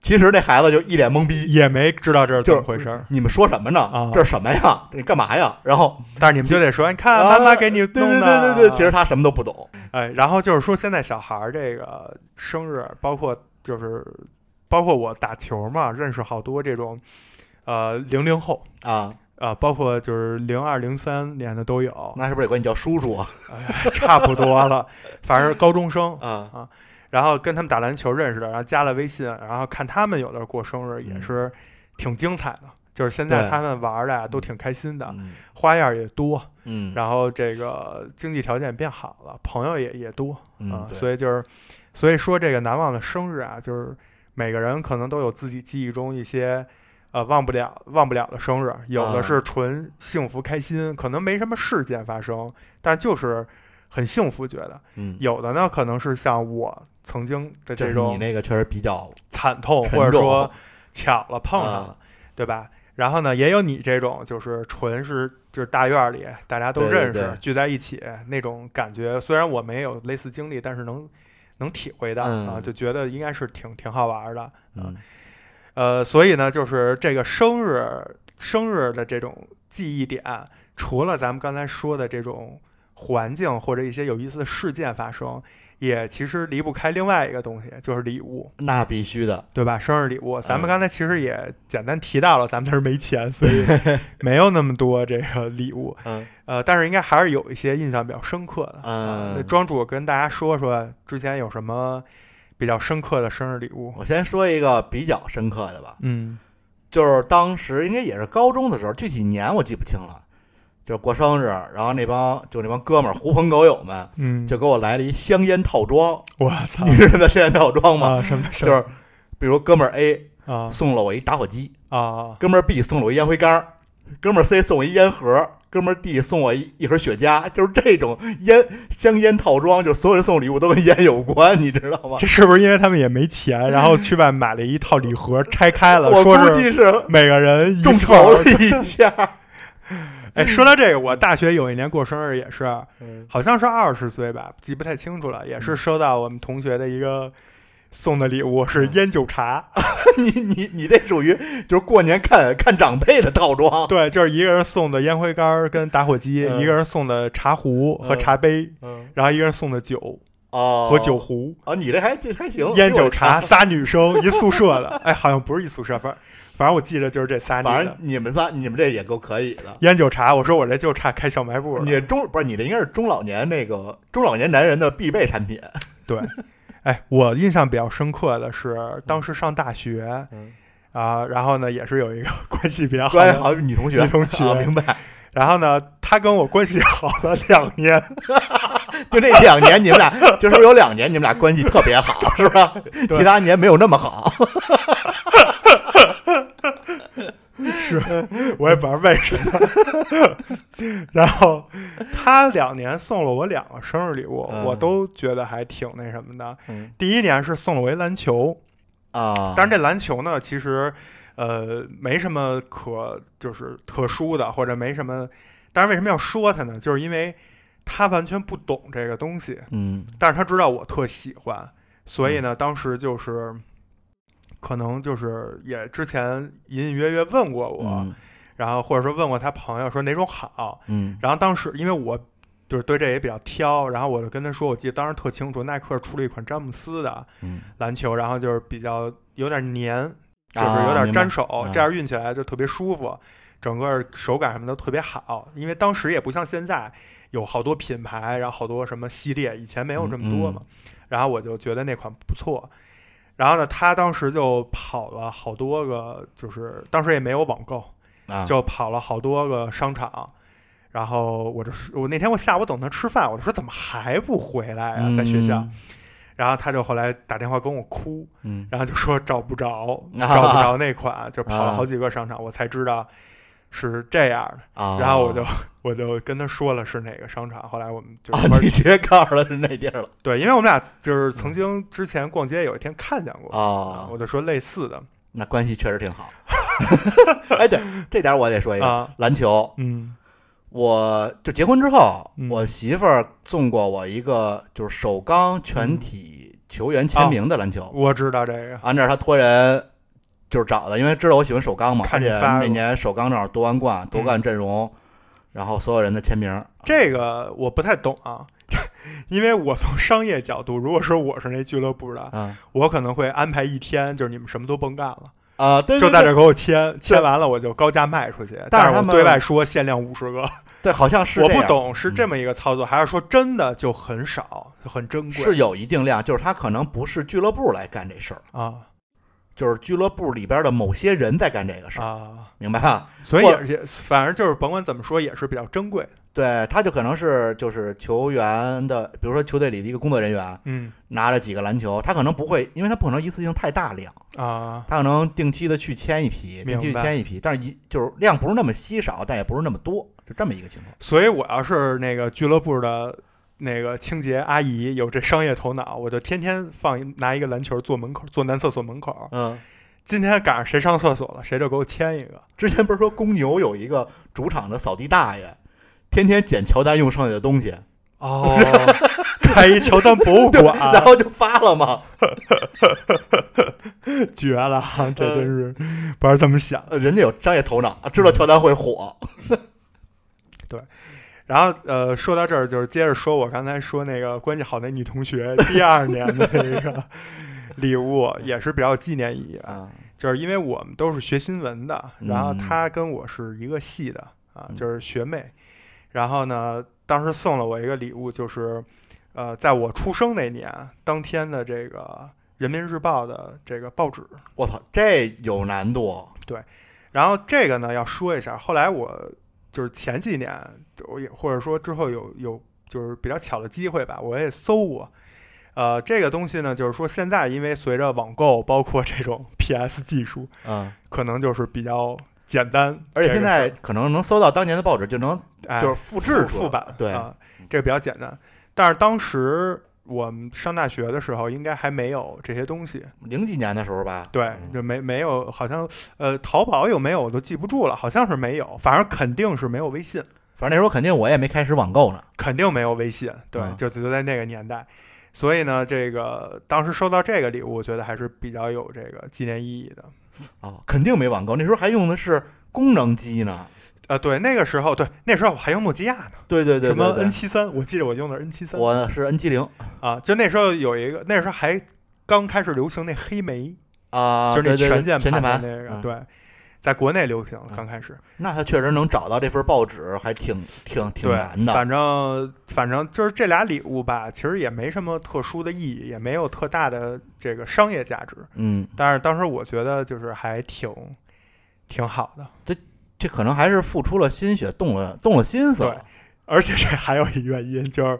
其实那孩子就一脸懵逼，也没知道这是怎么就是回事儿。你们说什么啊呢？这是什么呀？这干嘛呀？然后但是你们就得说，你看啊妈妈给你弄的， [LAUGHS] 对对对对对，其实他什么都不懂。哎，然后就是说，现在小孩儿这个生日，包括就是包括我打球嘛，认识好多这种呃零零后啊，啊、包括就是零二零三年的都有，那是不是得管你叫叔叔啊？哎 [LAUGHS] 差不多了，反正是高中生。啊，然后跟他们打篮球认识的，然后加了微信，然后看他们有的过生日也嗯是挺精彩的，就是现在对他们玩儿的呀都挺开心的，嗯花样儿也多，啊嗯然后这个经济条件也变好了，朋友也也多啊，嗯对所以就是，所以说这个难忘的生日啊，就是每个人可能都有自己记忆中一些呃忘不了忘不了的生日，有的啊是纯幸福开心，可能没什么事件发生，但就是很幸福觉得；嗯，有的呢，可能是像我曾经的就这是你种那个确实比较惨痛，沉或者重 [LAUGHS] 说巧了碰上啊了，对吧？然后呢，也有你这种，就是纯是就是大院里大家都对对认识，对聚在一起那种感觉。虽然我没有类似经历，但是能能体会到、嗯啊，就觉得应该是挺挺好玩的。嗯呃，所以呢，就是这个生日生日的这种记忆点，除了咱们刚才说的这种环境或者一些有意思的事件发生，也其实离不开另外一个东西，就是礼物。那必须的，对吧？生日礼物，咱们嗯刚才其实也简单提到了，咱们那儿没钱，所 [LAUGHS] 以没有那么多这个礼物。嗯呃，但是应该还是有一些印象比较深刻的。啊那嗯。庄主跟大家说说之前有什么比较深刻的生日礼物？我先说一个比较深刻的吧，嗯就是当时应该也是高中的时候，具体年我记不清了，就是过生日，然后那帮就那帮哥们儿狐朋狗友们嗯，就给我来了一香烟套装，我操你知道香烟套装啊，吗？什么就是比如哥们儿 A 啊送了我一打火机，啊哥们儿 B 送了我一烟灰缸儿，哥们儿 C 送我一烟盒，哥们儿 D 送我一一盒雪茄，就是这种烟香烟套装，就所有人送礼物都跟烟有关，你知道吗？这是不是因为他们也没钱，然后去外买了一套礼盒，拆开了， [LAUGHS] 我说估是计是每个人一众份筹儿了一下。 [LAUGHS] 哎，说到这个，我大学有一年过生日也是，嗯好像是二十岁吧，记不太清楚了。也是收到我们同学的一个送的礼嗯物，是烟酒茶。 [LAUGHS] [LAUGHS] 你你你这属于就是过年看看长辈的套装，对，就是一个人送的烟灰缸儿跟打火机，嗯一个人送的茶壶和茶杯，嗯然后一个人送的酒哦，和酒壶。哦，你这还这还行，烟比我酒茶仨女生 [LAUGHS] 一宿舍的，哎，好像不是一宿舍，反反正我记着就是这仨差，女反的正。你们仨你们这也够可以的。烟酒茶，我说我这就差开小卖部了。你这中不是你这应该是中老年那个中老年男人的必备产品，对， [LAUGHS] 哎，我印象比较深刻的是当时上大学嗯啊、然后呢也是有一个 [LAUGHS] 关系比较好关系的好女同学，女同学啊明白？然后呢，他跟我关系好了两年， [LAUGHS] 就那两年你们俩，这时候有两年你们俩关系特别好，是吧？其他年没有那么好。嗯我也不知道为什么。 [LAUGHS] 然后他两年送了我两个生日礼物，嗯我都觉得还挺那什么的。嗯第一年是送了我一篮球，啊，但是这篮球呢，其实呃没什么可就是特殊的，或者没什么。但是为什么要说他呢？就是因为他完全不懂这个东西，嗯但是他知道我特喜欢，所以呢，当时就是可能就是也之前隐隐约约问过我。嗯然后或者说问过他朋友说哪种好，嗯然后当时因为我就是对这也比较挑，然后我就跟他说，我记得当时特清楚，耐克出了一款詹姆斯的嗯篮球，然后就是比较有点黏，就是啊有点明白粘手，啊这样运起来就特别舒服，整个手感什么的特别好，因为当时也不像现在有好多品牌，然后好多什么系列，以前没嗯有这么多嘛，然后我就觉得那款不错。然后呢，他当时就跑了好多个，就是当时也没有网购，啊，就跑了好多个商场，然后我就是我那天我下午等他吃饭，我就说怎么还不回来啊，在学校，然后他就后来打电话跟我哭，嗯，然后就说找不 [LAUGHS] 着，啊找不着那款，就跑了啊好几个商场，我才知道是这样的，啊，然后我就、 [LAUGHS] 我就跟他说了是哪个商场，后来我们就啊一块，儿你直嗯接告诉了是那地儿了对，因为我们俩就是曾经之前逛街有一天看见过。啊哦，我就说类似的那关系确实挺 [LAUGHS] 好。哎，对，这点我得说一个、啊篮球，嗯我就结婚之后，嗯我媳妇儿送过我一个就是首钢全体球员签名的篮球，我知道这个，按照他托人就是找的，因为知道我喜欢首钢嘛，看而你发且嗯那过年首钢正好夺完冠，夺冠阵容，然后所有人的签名，这个我不太懂啊， [LAUGHS] 因为我从商业角度，如果说我是那俱乐部的，啊我可能会安排一天，就是你们什么都甭干了，啊，对就对在这对，儿给我签，签完了我就高价卖出去。但是但他我们对外说限量五十个，对，好像是我这不样懂是这嗯么一个操作，还是说真的就很少，很珍是贵有一定量，就是他可能不是俱乐部来干这事儿，啊就是俱乐部里边的某些人在干这个事儿，啊！明白吧？所以或也也反正就是甭管怎么说，也是比较珍贵的。对，他就可能是就是球员的，比如说球队里的一个工作人员嗯拿着几个篮球，他可能不会，因为他不可能一次性太大量，啊，他可能定期的去签一批，定期明去白签一批，但是一就是量不是那么稀少，但也不是那么多，就这么一个情况。所以我要是那个俱乐部的。那个清洁阿姨有这商业头脑，我就天天放一拿一个篮球坐门口，坐男厕所门口。嗯，今天赶上谁上厕所了，谁就给我签一个。之前不是说公牛有一个主场的扫地大爷，天天捡乔丹用剩下的东西，哦， [LAUGHS] 开一乔丹博物 [LAUGHS] 对，馆，然后就发了嘛。绝 [LAUGHS] 了，这嗯真是不知道怎么想。呃人家有商业头嗯脑，知道乔丹会火。然后呃，说到这儿，就是接着说我刚才说那个关系好那女同 [LAUGHS] 学第二年的那个 [LAUGHS] 礼物，也是比较有纪念意义啊。啊，就是因为我们都是学新闻的，嗯然后她跟我是一个系的啊，嗯就是学妹。然后呢，当时送了我一个礼物，就是呃，在我出生那年当天的这个《人民日报》的这个报纸。我操，这有难度。然后这个呢要说一下，后来我就是前几年，我也或者说之后有有就是比较巧的机会吧，我也搜过。呃，这个东西呢，就是说现在因为随着网购，包括这种 [LAUGHS] PS 技术，嗯，可能就是比较简单，而且现在这个可能能搜到当年的报纸，就能是、哎、就是复制出来复版，对啊，这个比较简单。但是当时我们上大学的时候，应该还没有这些东西，零几年的时候吧。对，就没没有，好像呃，淘宝有没有我都记不住了，好像是没有，反正肯定是没有微信。反正那时候肯定我也没开始网购呢。肯定没有微信，对，嗯就就在那个年代。所以呢，这个当时收到这个礼物，我觉得还是比较有这个纪念意义的。哦，肯定没网购，那时候还用的是功能机呢。呃，对，那个时候，对，那时候我还用诺基亚呢，对对对什么对 N 对，七三，我记得我用的 N 七三我是 N 七零啊，就那时候有一个，那时候还刚开始流行那黑莓，啊，就是那对对对全键键盘盘的那个，嗯对，在国内流行嗯刚开始，那他确实能找到这份报纸，还挺挺挺对难，的。反正反正就是这俩礼物吧，其实也没什么特殊的意义，也没有特大的这个商业价值，嗯，但是当时我觉得就是还挺挺好的，这可能还是付出了心血，动了动了心思对 [LAUGHS] 了。而且这还有一原因就是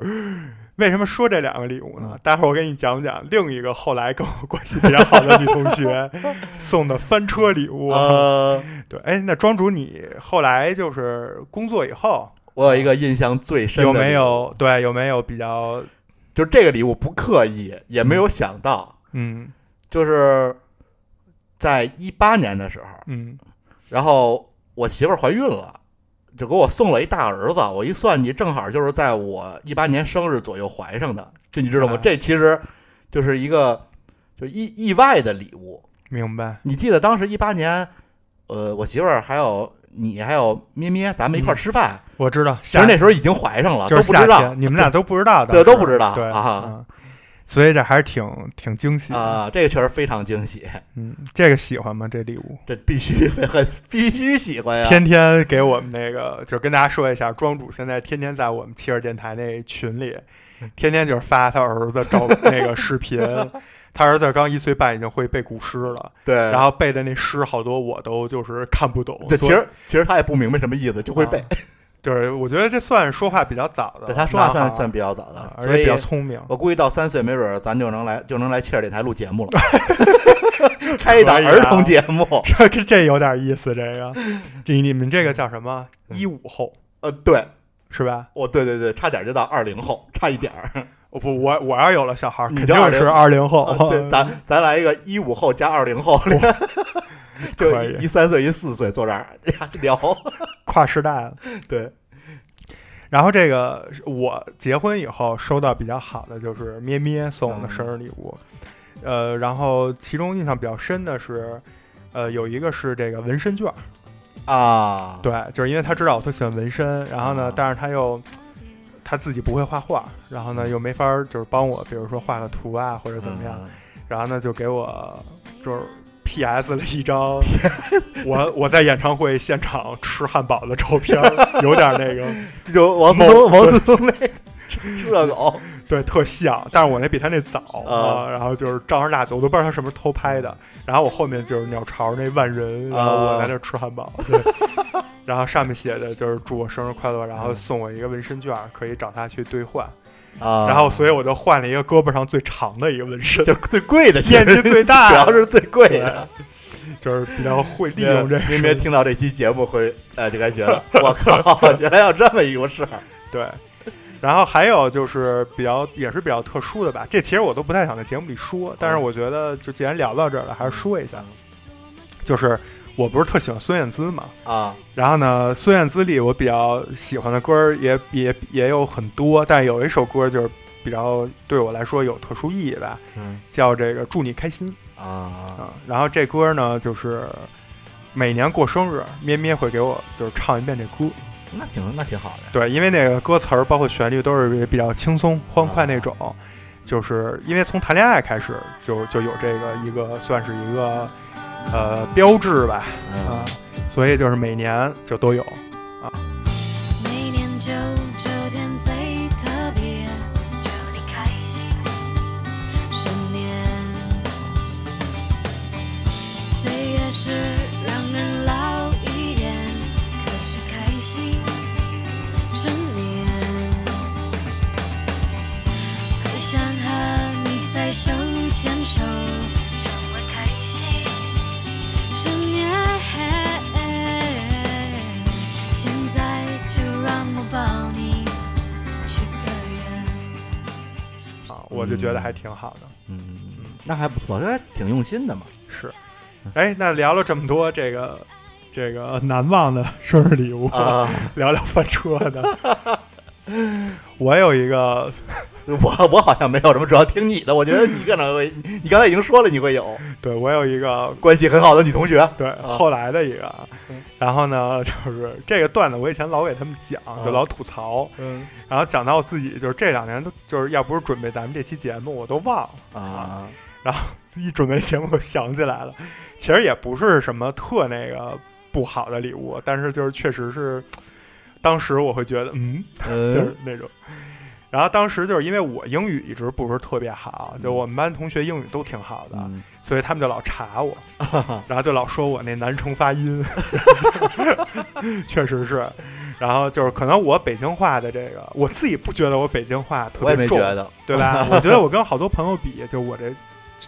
为什么说这两个礼物嗯呢？待会儿我给你讲讲另一个后来跟我关系比较好的女同 [LAUGHS] 学送的翻车礼物。呃，对，哎，那庄主你后来就是工作以后我有一个印象最深的，有没？有对有没有比较就是这个礼物不刻意，也没有想到，嗯就是在一八年的时候，嗯然后我媳妇儿怀孕了，就给我送了一大儿子。我一算计，正好就是在我一八年生日左右怀上的。这你知道吗？啊这其实就是一个就意意外的礼物。明白？你记得当时一八年，呃，我媳妇儿还有你还有咩咩，咱们一块儿吃饭。我知道，其夏实那时候已经怀上了，嗯就是啊都不夏知道天，你们俩都不知道的，对当时都不知道对啊嗯所以这还是挺挺惊喜的 [LAUGHS] 啊、这个确实非常惊喜，嗯，这个喜欢吗？这礼物？这必须很 [LAUGHS] 必须喜欢呀。天天给我们那个，就是跟大家说一下，庄主现在天天在我们七十电台那群里，嗯天天就是发他儿子照那个视 [LAUGHS] 频，他儿子刚一岁半已经会背古诗了，对，然后背的那诗好多我都就是看不懂，对，其所以实其实他也不明白什么意思，就会背。啊就是我觉得这算说话比较早的，对，他说话男算孩算比较早的啊，而所且以比较聪明，我估计到三岁，没准儿咱就能来就能来切尔电台录节目 [LAUGHS] 了，开一档可以啊儿童节目。 [LAUGHS] 这这有点意思，这个这你们这个叫什么？一五后呃，对，是吧？我对对对，差点就到二零后，差一点儿。我不，我我要有了小孩，你肯就定是二零后 [LAUGHS] 呃，对，咱咱来一个一五后加二零后，就可以一三岁一四岁坐这儿聊。 [LAUGHS] 跨时代了。对，然后这个是我结婚以后收到比较好的就是咩咩送我的嗯生日礼物，呃，然后其中印象比较深的是，呃，有一个是这个纹身券儿，啊，对，就是因为他知道我特喜欢纹身，然后呢啊，但是他又他自己不会画画，然后呢又没法儿就是帮我，比如说画个图啊或者怎么样，嗯？然后呢就给我就是 PS 了一张我我在演唱会现场吃汉堡的照片儿，有点儿那个。这就王思聪，王思 [LAUGHS] 聪那个热狗，对，特像，但是我那比他那早啊然后就是丈二大嘴，我都不知道他什么时候偷拍的。然后我后面就是鸟巢那万人，然后啊我在那吃汉堡，对然后上面写的就是祝我生日快乐，然嗯后送我一个纹身券，可以找他去兑换。啊，然后所以我就换了一个胳膊上最长的一个纹身，就最贵的，面积最大，主要是最贵的。就是比较会利用这个明明听到这期节目会，哎，就该 [LAUGHS] 觉得我靠， [LAUGHS] 原来有这么一个事儿。对。然后还有就是比较也是比较特殊的吧，这其实我都不太想在节目里说，但是我觉得就既然聊到这儿了，还是说一下，就是我不是特喜欢孙燕姿嘛，啊，然后呢，孙燕姿里我比较喜欢的歌儿也也也有很多，但有一首歌就是比较对我来说有特殊意义吧，嗯叫这个《祝你开心》啊，啊。然后这歌呢，就是每年过生日，咩咩会给我就是唱一遍这歌，那挺那挺好的。对，因为那个歌词儿包括旋律都是比较轻松欢快那种，就是因为从谈恋爱开始就就有这个一个算是一个呃标志吧嗯，啊，所以就是每年就都有。每年九九天最特别，祝你开心，生年。岁月是让人老一点，可是开心，生年。很想和你再手牵手，成为开心，生年。现在就让我抱你，许个愿。啊，我就觉得还挺好的。嗯，那还不错，这还挺用心的嘛。是，哎，那聊了这么多这个这个难忘的生日礼物，啊，聊聊翻车的。 [LAUGHS] 我有一个， [LAUGHS] 我我好像没有什么，主要听你的。我觉得你可能会，你你刚才已经说了，你会有对我有一个关系很好的女同学 [LAUGHS] 对，后来的一个啊，嗯然后呢， [LAUGHS] 就是这个段子，我以前老给他们讲，就老吐槽，啊嗯然后讲到我自己，就是这两年都就是要不是准备咱们这期节目，我都忘了， [LAUGHS] 啊一准备节目我想起来了，其实也不是什么特那个不好的礼物，但是就是确实是，当时我会觉得，嗯，就是嗯那种。然后当时就是因为我英语一直不是特别好，就我们班同学英语都挺好的，嗯所以他们就老查 [LAUGHS] 我，然后就老说我那南城发音，确实是。然后就是可能我北京话的这个，我自己不觉得我北京话特我也别没重觉，得。对吧？我觉得我跟好多朋友比，就我这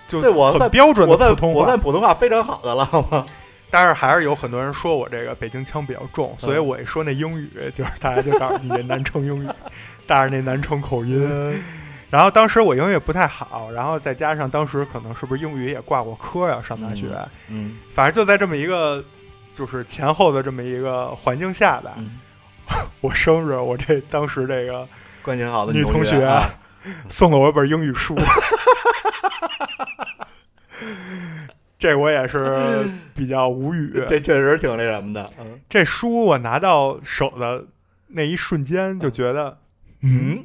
就对我很问标准我的问普通我话问，普通话非常好的了好吗？但是还是有很多人说我这个北京腔比较重，所嗯以我一说那英语，就是大家就告诉你这南城英语，带着那南城口音。嗯然后当时我英语也不太好，然后再加上当时可能是不是英语也挂过科呀、上大学，嗯，反正就在这么一个就是前后的这么一个环境下吧。嗯 [LAUGHS] 我生日，我这当时这个关系很好的女同同学啊 [LAUGHS] 送了我一本英语书，这我也是比较无语。这确实挺那什么的。嗯这书我拿到手的那一瞬间就觉得，嗯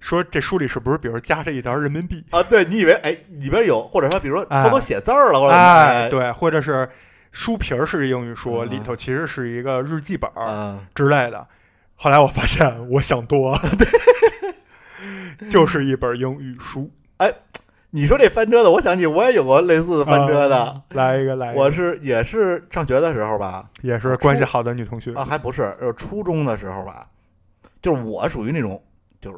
说这书里是不是比如加着一条人民币啊，对你以为哎里边有，或者说比如说哎偷偷写字儿了，或者哎，，对，或者是书皮儿是英语书，嗯里头其实是一个日记本儿嗯，之类的。后来我发现我想多了， [LAUGHS] 就是一本英语书。你说这翻车的，我想起我也有过类似的翻车的啊。来一个，来一个，我是也是上学的时候吧，也是关系好的女同学啊，还不是，就是初中的时候吧，就是我属于那种就是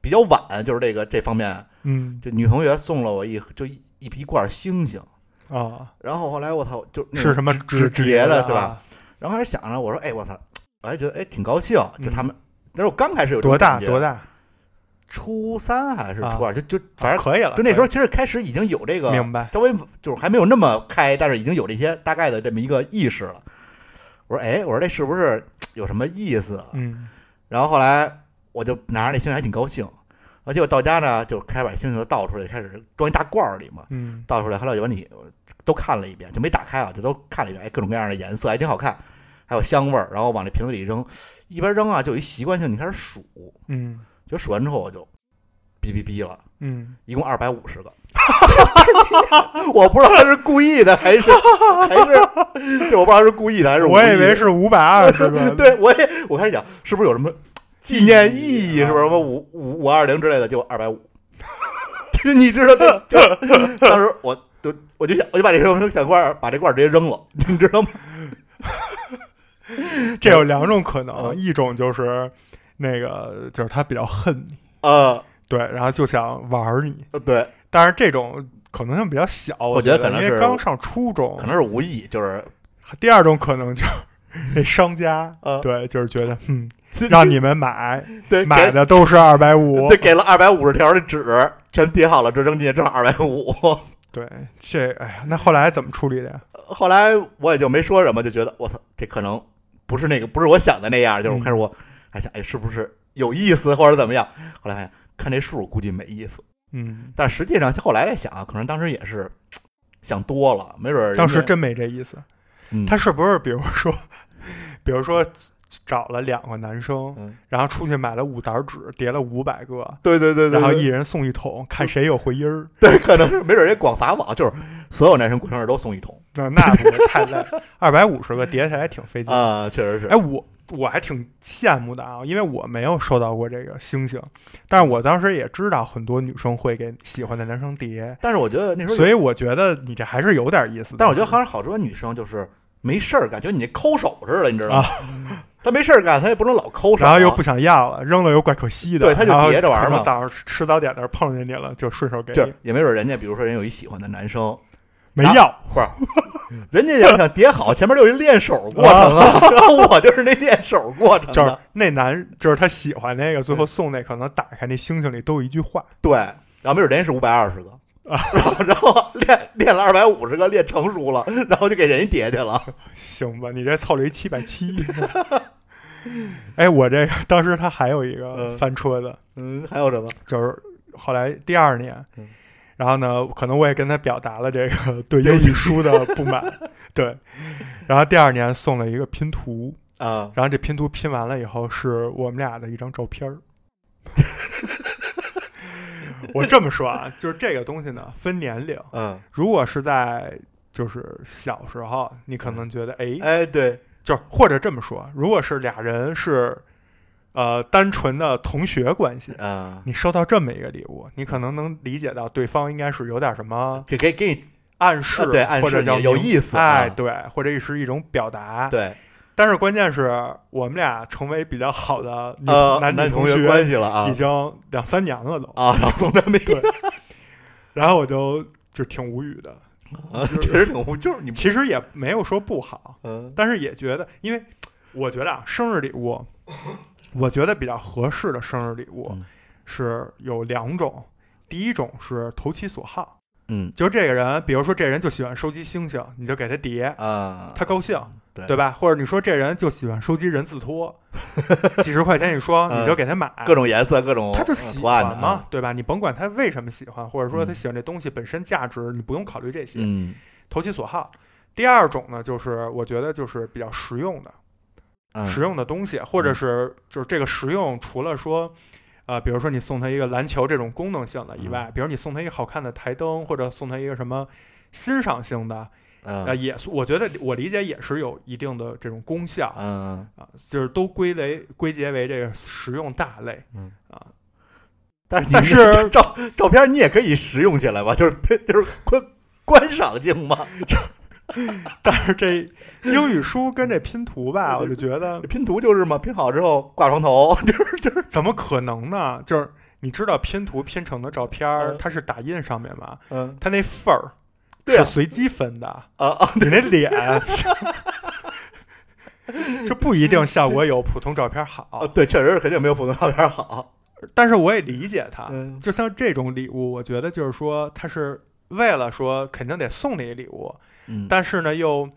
比较晚，就是这个这方面，嗯就女同学送了我一就一一一罐星星，啊，然后后来我操就那种是什么啊纸纸叠的的对吧？？然后开始想着我说哎我操，我还觉得哎挺高兴，就他们那时候刚开始有嗯这多种大？感觉多？大？啊初三还是初二？就就反正可以了。就那时可以候，其实开始已经有这个，明白稍微就是还没有那么开，但是已经有这些大概的这么一个意识了。我说，哎，我说这是不是有什么意思？嗯然后后来我就拿着那星星还挺高兴，而且我到家呢就开始把星星都倒出来，开始装一大罐儿里嘛，嗯倒出来，后来我就把你都看了一遍，就没打开啊，就都看了一遍，哎，各种各样的颜色还挺好看，还有香味儿，然后往这瓶子里扔，一边扔啊，就有一习惯性，你开始数，嗯就数完之后我就哔哔哔了。嗯，一共二百五十个。我不知道他是故意 [LAUGHS] 的还是还是，这我不知道他是故意的 [LAUGHS] 还是我以为是是五百二十个， [LAUGHS] 对我也我开始想是不是有什么纪念意义，啊是不是什么五五五二零之类的，就二百五。 [LAUGHS] 你知道这，就当时我就我就想我就把这个小罐儿把这罐儿直接扔了， [LAUGHS] 你知道吗？这有两种可能，嗯一种就是那个就是他比较恨你，呃，对，然后就想玩儿你，对，但是这种可能性比较小，我觉得可能因为是刚上初中，可能是无意，哦就是第二种可能就是 [LAUGHS] 那商家，呃对，就是觉得 [LAUGHS] 嗯，让你们买，对买给的都是二百五对，给了二百五十条的纸，全叠好了，这扔进去正好二百五。对，这哎呀，那后来怎么处理的呀？后来我也就没说什么，就觉得我操，这可能不是那个，不是我想的那样。就是我开始我还想，哎，是不是有意思或者怎么样？后来发现看这数估计没意思，嗯，但实际上后来也想啊，可能当时也是想多了，没准儿人家当时真没这意思，嗯他是不是比如说， [LAUGHS] 比如说找了两个男生，嗯然后出去买了五沓纸，叠了五百个，对对对对，嗯然后一对人送一桶，看谁有回音儿。对，可能是没准儿人家广撒网，就是所有男生过生日都送一桶那那不会太累，二百五十个叠起来挺费劲。啊、确实是哎，，我我还挺羡慕的啊，因为我没有收到过这个星星，但是我当时也知道很多女生会给喜欢的男生叠，但是我觉得那时候有，所以我觉得你这还是有点意思的。啊但是我觉得好像好多女生就是没事儿干，就跟你抠手似的，你知道吗？她没事儿干，她也不能老抠手啊、然后又不想要了，扔了又怪可惜的。对他就然后叠着玩儿可能嘛早上吃吃早点的时候碰见你了，就顺手给就你是，也没准人家，比如说人有一喜欢的男生，没要。不是，人家要想叠好，前面就有一练手过程啊，然后 [LAUGHS] 我就是那练手过程就是的，那男，就是他喜欢那个，最后送那，可能打开那星星里都有一句话。对，然后没准人家是五百二十个。啊然后， [LAUGHS] 然后练练了二百五十个，练成熟了，然后就给人家叠去了。行吧，你这凑了一七百 [LAUGHS] 七。哎，我这个当时他还有一个嗯翻车的，嗯，还有什么？就是后来第二年嗯，然后呢，可能我也跟他表达了这 [LAUGHS] 个对英语书的不 [LAUGHS] 满，对，然后第二年送了一个拼图，啊，然后这拼图拼完了以后，是我们俩的一张照片儿。我这么说啊，就是这个东西呢，分年龄。嗯，如果是在就是小时候，你可能觉得哎，哎，对，就是或者这么说，如果是俩人是呃单纯的同学关系，嗯，你收到这么一个礼物，你可能能理解到对方应该是有点什么给给给你，暗示，呃啊对暗示或者叫你有明意思哎，啊对，或者是一种表达。对，但是关键是我们俩成为比较好的女、呃，男男女同同学关系了啊已经两三年了都。啊，然后从来没对然后我就就挺无语的，啊确实挺无，就是你其实也没有说不好，嗯但是也觉得，因为我觉得啊，生日礼物，我觉得比较合适的生日礼物嗯是有两种，第一种是投其所好，嗯就是这个人，比如说这人就喜欢收集星星，你就给他叠，啊，他高兴，对对吧？或者你说这人就喜欢收集人字拖，几十块钱一双，嗯你就给他买，各种颜色，各种他就嗯喜图案的欢嘛，，对吧？你甭管他为什么喜欢，或者说他喜欢这东西本身价值，你不用考虑这些，嗯投其所好。第二种呢，就是我觉得就是比较实用的、嗯实用的东西，或者是就是这个实用，除了说。呃，比如说你送他一个篮球这种功能性的嗯以外，比如你送他一个好看的台灯，或者送他一个什么欣赏性的，呃，嗯也是我觉得我理解也是有一定的这种功效啊、嗯，就是都归类归结为这个实用大类。嗯啊但是你 [LAUGHS] 但 [LAUGHS] 是照照片你也可以实用起来吧，就是就是观观赏性嘛，但是这英语书跟这拼图嗯吧，我就觉得拼图就是嘛，拼好之后挂床头，就是就是怎么可能呢？就是你知道拼图拼成的照片儿，嗯它是打印上面嘛，嗯它那份儿对啊是随机分的，啊啊你那脸 [LAUGHS] 就不一定效果有普通照片好啊，。对，确实是肯定没有普通照片好，但是我也理解它，嗯就像这种礼物，我觉得就是说它是为了说肯定得送你礼物，嗯但是呢又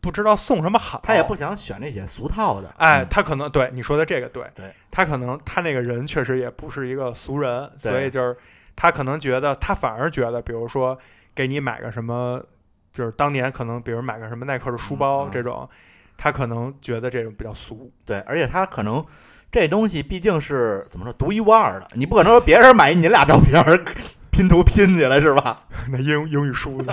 不知道送什么好，他也不想选那些俗套的，哎，嗯，他可能对你说的这个对，对他可能他那个人确实也不是一个俗人，对所以就是他可能觉得他反而觉得，比如说给你买个什么，就是当年可能比如买个什么耐克的书包、嗯嗯这种，他可能觉得这种比较俗。 [LAUGHS] 对，而且他可能。这东西毕竟是怎么说独一无二的，你不可能说别人买一你俩照片儿拼图拼起来是吧？ [LAUGHS] 那英英语书 [LAUGHS] 呢，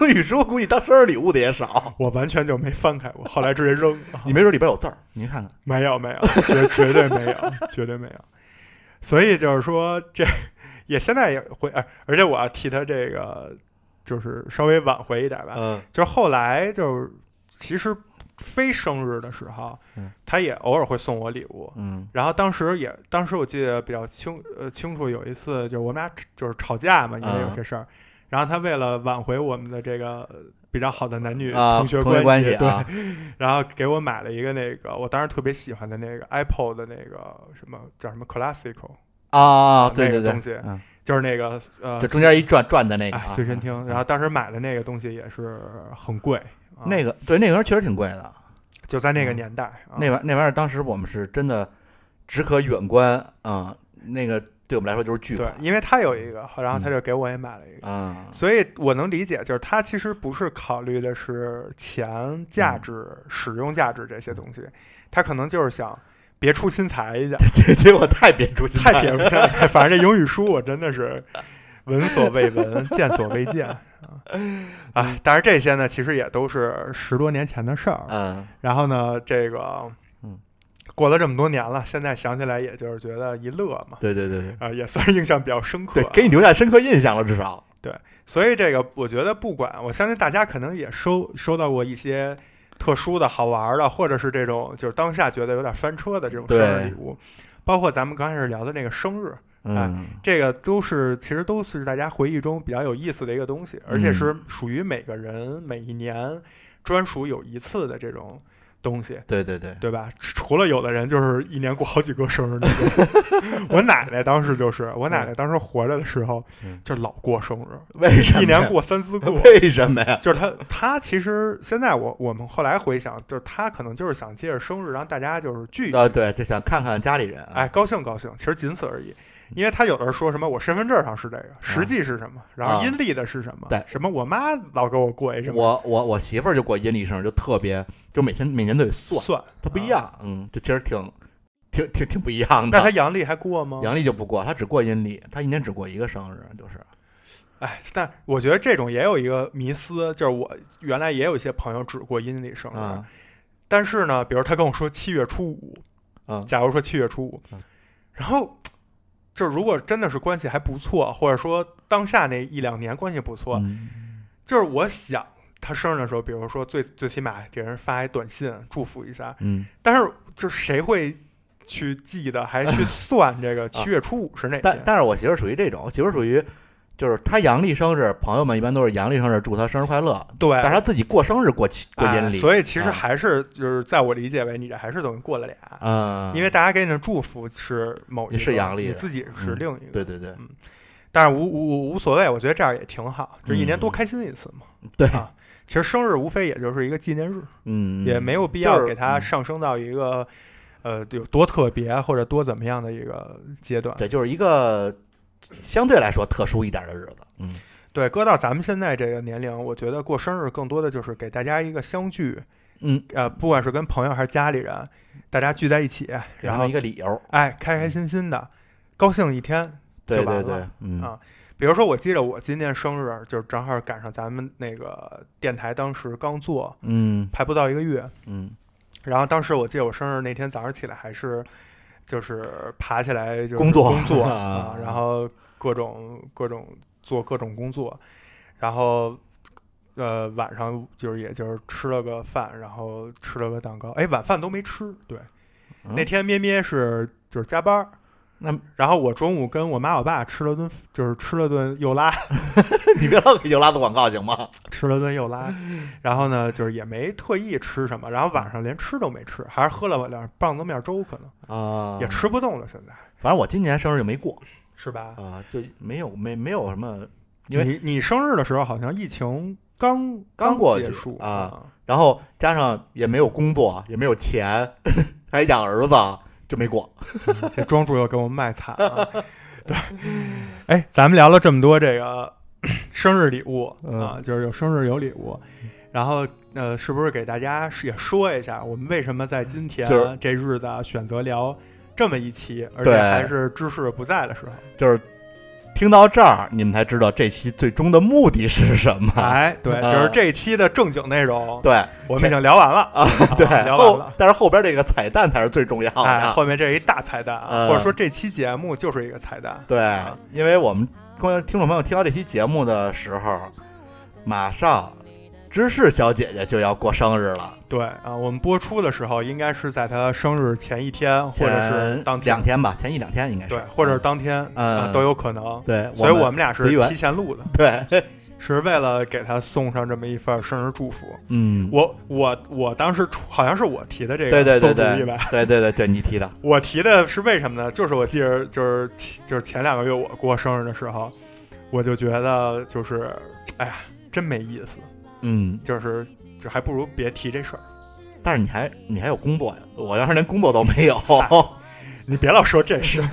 英语书估计当生日礼物的 [LAUGHS] 也少，我完全就没翻开过，后来直接扔了。 [LAUGHS] 你没准里边有字儿，您看看。 [LAUGHS] 没有没有，绝绝对没有， [LAUGHS] 绝对没有。所以就是说，这也现在也会，哎而且我要替他这个，就是稍微挽回一点吧。嗯就是后来就是其实非生日的时候，嗯他也偶尔会送我礼物。嗯然后当时也，当时我记得比较清呃清楚，有一次就是我们俩就是吵架嘛，因嗯为有些事儿。然后他为了挽回我们的这个呃比较好的男女啊，学同学关系对，啊，然后给我买了一个那个我当时特别喜欢的那个 Apple 的那个什么叫什么 Classical，啊，对那对个对，东西嗯，就是那个呃就中间一转转的那个哎啊，随身听。然后当时买的那个东西也是很贵，啊那个对那玩意儿确实挺贵的，就在那个年代，啊嗯那玩那玩意儿当时我们是真的只可远观啊，那个对我们来说就是巨对款，因为他有一个，然后他就给我也买了一个，嗯 [LAUGHS] 啊，所以我能理解，就是他其实不是考虑的是钱、嗯价值、使用价值这些东西，他可能就是想别出心裁一下，结结果太别出心裁太撇不下。反正这英语书我真的是闻所未闻，见所未 [LAUGHS] 见啊！哎，但是这些呢，其实也都是十多年前的事儿，嗯然后呢，这个，嗯，过了这么多年了，现在想起来，也就是觉得一乐嘛，对对对对。啊、也算是印象比较深刻啊对，。给你留下深刻印象了，至少。所以这个，我觉得不管，我相信大家可能也收收到过一些特殊的好玩的，或者是这种就是当下觉得有点翻车的这种生日礼物，包括咱们刚开始聊的那个生日，嗯，这个都是其实都是大家回忆中比较有意思的一个东西，而且嗯是属于每个人每一年专属有一次的这种东西。对对对，对吧？除了有的人就是一年过好几个生日那种，我奶奶当时就是，我奶奶当时活着的时候嗯就老过生日，为什么呀 [LAUGHS] 一年？过三四个。为什么呀？就是她，她其实现在我我们后来回想，就是她可能就是想借着生日让大家就是聚一聚，啊，对，就想看看家里人啊。哎，高兴高兴，其实仅此而已。嗯因为她有的时候说什么我身份证上是这个，实际是什么，然后啊阴历的是什么，对什么我妈老给我过一什么我我我媳妇儿就过阴历生日，就特别，就每天每年都得算，算，它不一啊。样。嗯，就其实挺挺挺挺不一样的。那她阳历还过吗？阳历就不过，他只过阴历，他一年只过一个生日，就是哎，但我觉得这种也有一个迷思，就是我原来也有一些朋友只过阴历生日，啊，但是呢，比如他跟我说七月初五，嗯假如说七月初五，嗯然后就是如果真的是关系还不错，或者说当下那一两年关系不错，哎嗯就是我想他生日的时候，比如说最最起码给人发一短信祝福一下，嗯，但是就是谁会去记得，还 [LAUGHS] 去算这个七月初五是哪啊但天？但是我媳妇儿属于这种，我媳妇儿属于就是她阳历生日，朋友们一般都是阳历生日祝她生日快乐，对，但是她自己过生日过期过阴哎历，所以其实啊还是就是在我理解为，你这还是等于过了俩，嗯，因为大家给你的祝福是某一个，你是阳历的你自己是嗯另一个。对对对但是无无无所谓，我觉得这样也挺好，就是一年嗯多开心一次嘛。对，啊其实生日无非也就是一个纪念日，嗯，也没有必要就是嗯给它上升到一个、呃有多特别或者多怎么样的一个阶段。对，就是一个相对来说特殊一点的日子，嗯对，搁到咱们现在这个年龄，我觉得过生日更多的就是给大家一个相聚，嗯，呃，不管是跟朋友还是家里人，大家聚在一起，给他然们后一个理由，哎开开心心的，高兴一天。对就完对了对，啊嗯比如说，我记得我今年生日，就是正好赶上咱们那个电台当时刚做，嗯还不到一个月。嗯，然后当时我记得我生日那天早上起来还是，就是爬起来就是工作工 [LAUGHS] 作啊啊，然后各种各种做各种工作，然后呃晚上就是也就是吃了个饭，然后吃了个蛋糕，哎晚饭都没吃，对，嗯那天咩咩是就是加班儿。那然后我中午跟我妈我爸吃了顿，就是吃了顿又拉，你别老给尤拉做广告行吗？吃了顿又 [LAUGHS] 拉，然后呢，就是也没特意吃什么，然后晚上连吃都没吃，还是喝了两棒子面粥，可能啊也吃不动了，现在反正我今年生日就没过是吧？啊，就没有没没有什么，因为你你生日的时候好像疫情刚刚过结去束啊，然后加上也没有工作，也没有钱， [LAUGHS] 还养儿子，就没过。这庄主又给我们卖惨了。 [LAUGHS] 对，哎，咱们聊了这么多这个生日礼物嗯啊，就是有生日有礼物，然后呃，是不是给大家也说一下，我们为什么在今天就是这日子啊选择聊这么一期，而且对还是知识不在的时候？就是听到这儿，你们才知道这期最终的目的是什 [LAUGHS] 么。哎，对，啊就是这一期的正经内容，对我们已经聊完了啊，对，聊完后啊了。但是后边这个彩蛋才是最重要 [LAUGHS] 的。哎，后面这是一大彩蛋啊，嗯或者说这期节目就是一个彩蛋。对，因为我们观众听众朋友听到这期节目的时候，马上芝士小姐姐就要过生日了，对啊，我们播出的时候应该是在他生日前一天，或者是前当天两，天吧，前一两天应该是对，，或者是当天，嗯啊都有可能。对，所以我们俩是随缘提前录的，对， [LAUGHS] 是为了给他送上这么一份生日祝福。嗯，我我我当时出好像是我提的这对个对送对主对意吧，对对对对，你提的，我提的是为什么呢？就是我记着，就是前就是前两个月我过生日的时候，我就觉得就是，哎呀，真没意思，嗯，就是就还不如别提这事儿。但是你还你还有工作呀，我要是连工作都没有，你 [LAUGHS] 别老说这事 [LAUGHS] 儿。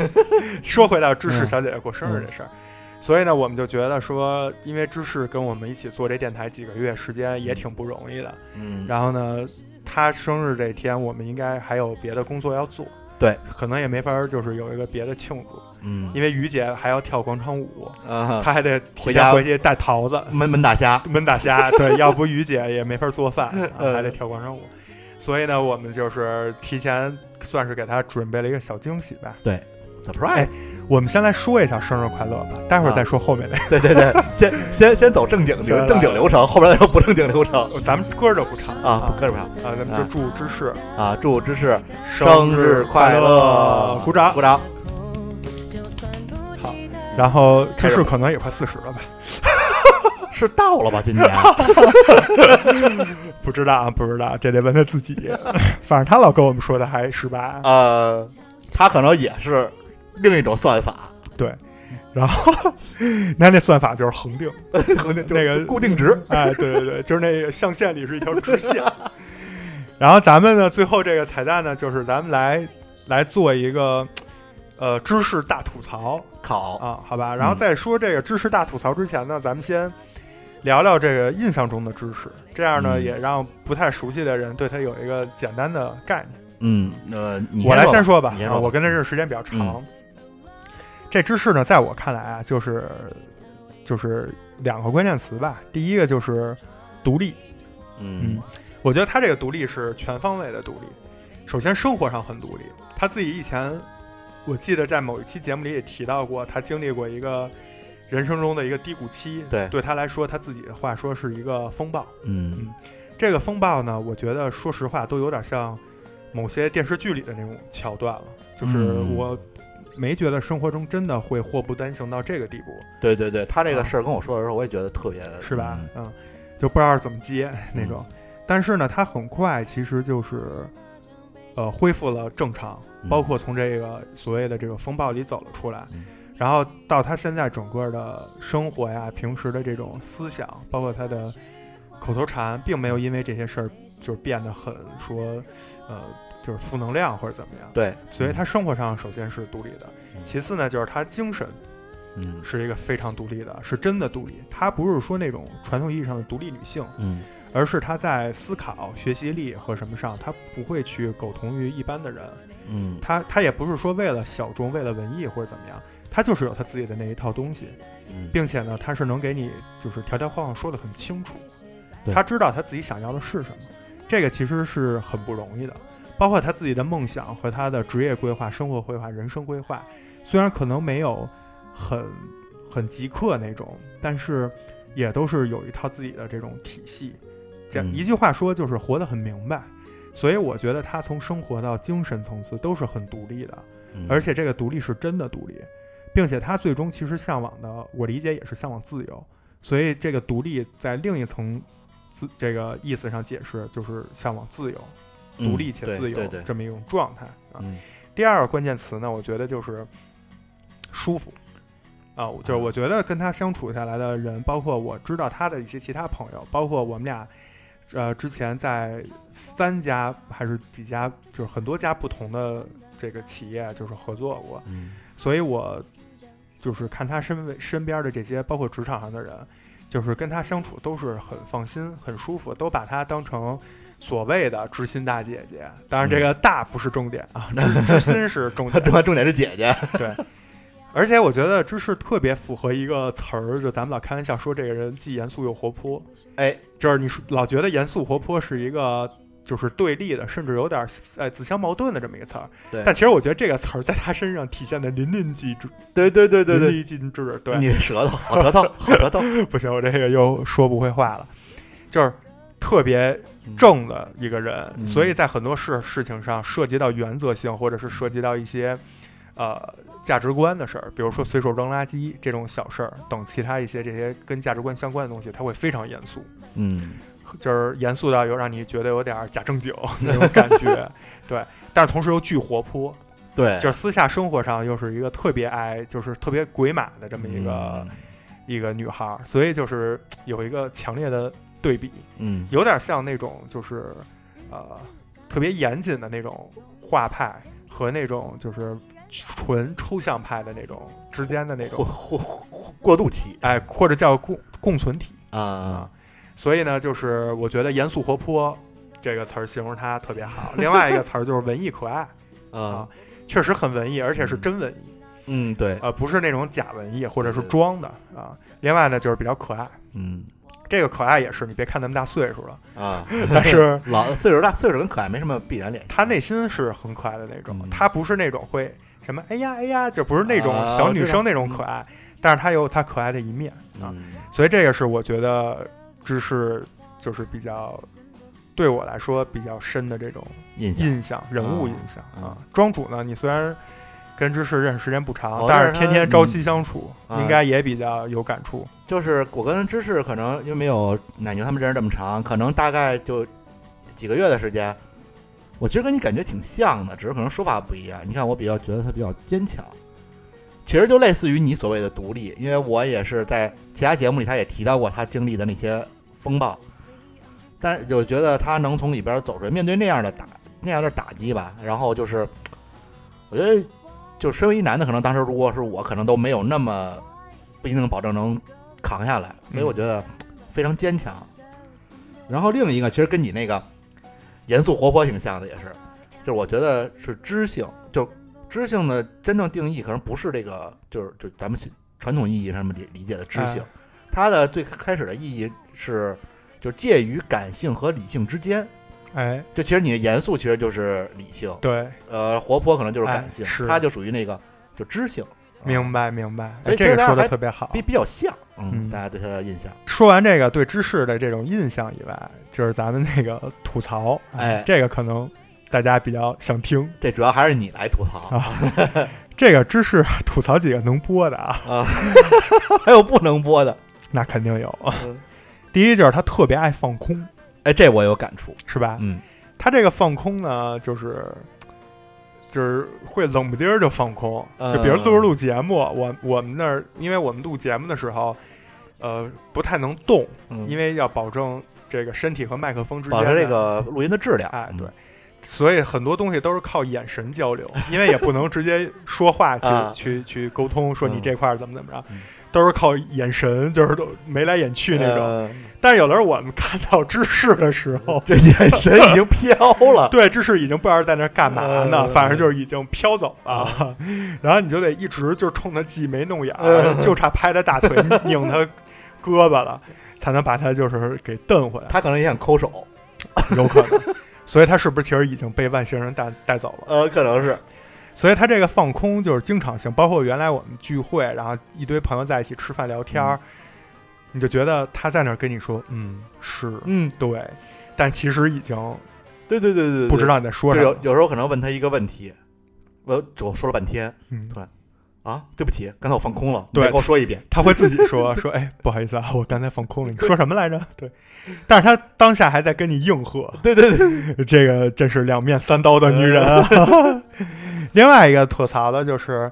说回到芝嗯士小姐姐过生日这事儿，所以呢，我们就觉得说，因为芝士跟我们一起做这电台几个月时间也挺不容易的，嗯，然后呢，她生日这天我们应该还有别的工作要做，对，可能也没法儿就是有一个别的庆祝，嗯，因为于姐还要跳广场舞，啊，她还得提回家前回去带桃子、闷闷大虾，焖大 [LAUGHS] 虾，对，要不于姐也没法做饭，嗯啊还得跳广场舞。所以呢，我们就是提前算是给她准备了一个小惊喜吧。 surprise，我们先来说一下生日快乐吧，待会儿再说后面的。 [LAUGHS] 对对对，先先先走正经流正经流程，后边再说不正经流程 [LAUGHS] 咱们歌儿就不唱啊，不啊，跟不上啊咱们就祝芝士啊，祝芝士生日快快乐，鼓掌鼓。掌，然后芝开士始可能也快四十了吧，是到了吧？今年 [LAUGHS] 不知道啊，不知道，这得问他自己。 [LAUGHS] 反正他老跟我们说他还十八，呃，他可能也是另一种算法，然后那那算法就是恒 [LAUGHS] 定，那那个固定值，哎，对对对，就是那个象限里是一条直线。 [LAUGHS] 然后咱们呢，最后这个彩蛋呢，就是咱们来来做一个呃芝士大吐槽。考啊，好吧。然后嗯在说这个知识大吐槽之前呢，咱们先聊聊这个印象中的知识，这样呢、嗯也让不太熟悉的人对它有一个简单的概念。嗯，呃，你我来先说吧，吧你，先啊，说吧嗯我跟他认识时间比较长。这知识呢，在我看来啊，就是就是两个关键词吧。第一个就是独立，嗯我觉得他这个独立是全方位的独立。首先，生活上很独立。他自己以前，我记得在某一期节目里也提到过，他经历过一个人生中的一个低谷期，对对他来说，他自己的话说是一个风暴。嗯这个风暴呢，我觉得说实话都有点像某些电视剧里的那种桥段了，就是嗯我没觉得生活中真的会祸不单行到这个地步，对对对，他这个事儿跟我说的时候，我也觉得特别是吧？嗯，就不知道怎么接嗯那种。但是呢，他很快其实就是呃恢复了正常，嗯包括从这个所谓的这个风暴里走了出来嗯。然后到他现在整个的生活呀，平时的这种思想，包括他的口头禅，并没有因为这些事儿就变得很说，呃，就是负能量或者怎么样。对，所以他生活上首先是独立的，嗯其次呢，就是他精神嗯是一个非常独立的，是真的独立。她不是说那种传统意义上的独立女性，嗯而是她在思考、学习力和什么上，她不会去苟同于一般的人。嗯她她也不是说为了小众、为了文艺或者怎么样，她就是有她自己的那一套东西，嗯，并且呢，她是能给你就是条条框框说得很清楚，对她知道她自己想要的是什么。这个其实是很不容易的，包括她自己的梦想和她的职业规划、生活规划、人生规划，虽然可能没有很很极客那种，但是也都是有一套自己的这种体系。讲嗯一句话说，就是活得很明白。所以我觉得她从生活到精神层次都是很独立的，嗯而且这个独立是真的独立，并且她最终其实向往的，我理解也是向往自由。所以这个独立在另一层自这个意思上解释，就是向往自由、独立且自由、嗯对对对，这么一种状态啊。嗯第二个关键词呢，我觉得就是舒服啊，就是我觉得跟他相处下来的人，包括我知道他的一些其他朋友，包括我们俩，呃，之前在三家还是几家，就是很多家不同的这个企业就是合作过，嗯所以我就是看他身为身边的这些，包括职场上的人，就是跟他相处都是很放心、很舒服，都把他当成所谓的知心大姐姐。当嗯然，这个大不是重点啊，知知心是重 [LAUGHS] [LAUGHS] 他重点。重点是姐姐，而且我觉得芝士特别符合一个词儿，就咱们老开玩笑说这个人既严肃又活泼，哎，就是你说老觉得严肃活泼是一个。就是对立的，甚至有点呃自相矛盾的这么一个词儿，对但其实我觉得这个词儿在他身上体现的淋漓尽致，对对对对对，淋漓尽致。对，你这舌头好舌 [LAUGHS] 头好舌头，不行，我这个又说不会话了，就是特别正的一个人，嗯所以在很多事事情上涉及到原则性，或者是涉及到一些呃价值观的事儿，比如说随手扔垃圾这种小事儿等其他一些这些跟价值观相关的东西，他会非常严肃，嗯就是严肃到有让你觉得有点儿假正经那种感觉，对，但是同时又巨活泼，对，就是私下生活上又是一个特别爱，就是特别鬼马的这么一个。嗯一个女孩儿，所以就是嘖有一个强烈的对比，嗯有点像那种就是呃特别严谨的那种画派和那种就是纯抽象派的那种之间的那嗯过种，过过渡期哎，或者叫共共存体。啊，所以呢，就是我觉得严肃活泼这个词儿形容她特别好。另外一个词儿就是文艺可爱，啊，确实很文艺，而且是真文艺，嗯对，呃，不是那种假文艺或者是装的啊。另外呢，就是比较可爱。嗯这个可爱也是，你别看那么大岁数了，啊，但是 [LAUGHS] 老岁数大，岁数跟可爱没什么必然联系。她内心是很可爱的那种，嗯她不是那种会什么哎呀哎呀，就不是那种啊小女生我知道那种可爱，但是她有她可爱的一面啊，嗯所以这个是我觉得知识就是比较对我来说比较深的这种印象，印象，人物印象嗯啊。庄主呢，你虽然。跟知识认识时间不长，哦但但是是天他天朝夕相处，嗯应该也比较有感触。就是我跟芝士可能因为没有奶牛他们认识这么长，可能大概就几个月的时间。我其实跟你感觉挺像的，只是可能说法不一样。你看，我比较觉得他比较坚强，其实就类似于你所谓的独立，因为我也是在其他节目里他也提到过他经历的那些风暴，但是我觉得他能从里边走出来，面对那样的打那样的打击吧，然后就是我觉得就是身为一男的，可能当时如果是我，可能都没有那么不一定能保证能扛下来，所以我觉得非常坚强。然后另一个其实跟你那个严肃活泼挺像的，也是，就是我觉得是知性，就知性的真正定义可能不是这个，就是就咱们传统意义上面理理解的知性，哎它的最开始的意义是就介于感性和理性之间。哎，就其实你的严肃其实就是理性，对，啊呃，活泼可能就是哎感性，是它就属于那个就知性明白明白，所以哎其这实个大说家的还特别好比。比较像，嗯，嗯大家对他的印象，说完这个对芝士的这种印象以外，就是咱们那个吐槽，哎这个可能大家比较想听。这主要还是你来吐啊槽， [LAUGHS] 这个芝士吐槽几个能播的啊，还有不能播的，那肯定有。嗯第一就是他特别爱放空，哎，这我有感触，是吧？嗯，他这个放空呢，就是就是会冷不丁儿就放空，呃就比如录着录节目，我我们那儿，因为我们录节目的时候，呃，不太能动，因为为要保证这个身体和麦克风之间嗯保持的这，个录音的质量，哎嗯对，所以很多东西都是靠眼神交流， [LAUGHS] 因为也不能直接说话去、啊去去沟通，说你嗯这块儿怎么怎么着嗯，都是靠眼神，就是都眉来眼去那种。呃嗯但是有的时候我们看到知识的时候，，[LAUGHS] 这眼神已经飘了 [LAUGHS] 对，这是已经不知道在那儿干嘛呢，呃啊反正就是已经飘走了。 [LAUGHS] 然后你就得一直就冲他挤眉弄眼儿，呃就差拍他大 [LAUGHS] 腿、拧他胳膊了，才能把他就是给蹬回来，他可能也想抠手，有可 [LAUGHS] 能。所以他是不是其实已经被外星人带带走了？呃，可能是，所以他这个放空就是经常性，包括原来我们聚会，然后一堆朋友在一起吃饭聊天儿，你就觉得他在那儿跟你说，嗯，是嗯嗯，对，但其实已经对对对对对，不知道你在说就什么有了。有时候可能问他一个问题，我我说了半天嗯，啊，对不起，刚才我放空了，你对再跟我说一遍，他会自己 [LAUGHS] 说说，哎，不好意思啊，我刚才放空了，你说什么来着？对，但是他当下还在跟你应和，对对对，这个真是两面三刀的女人啊。[LAUGHS] 嗯另外一个吐槽的就是，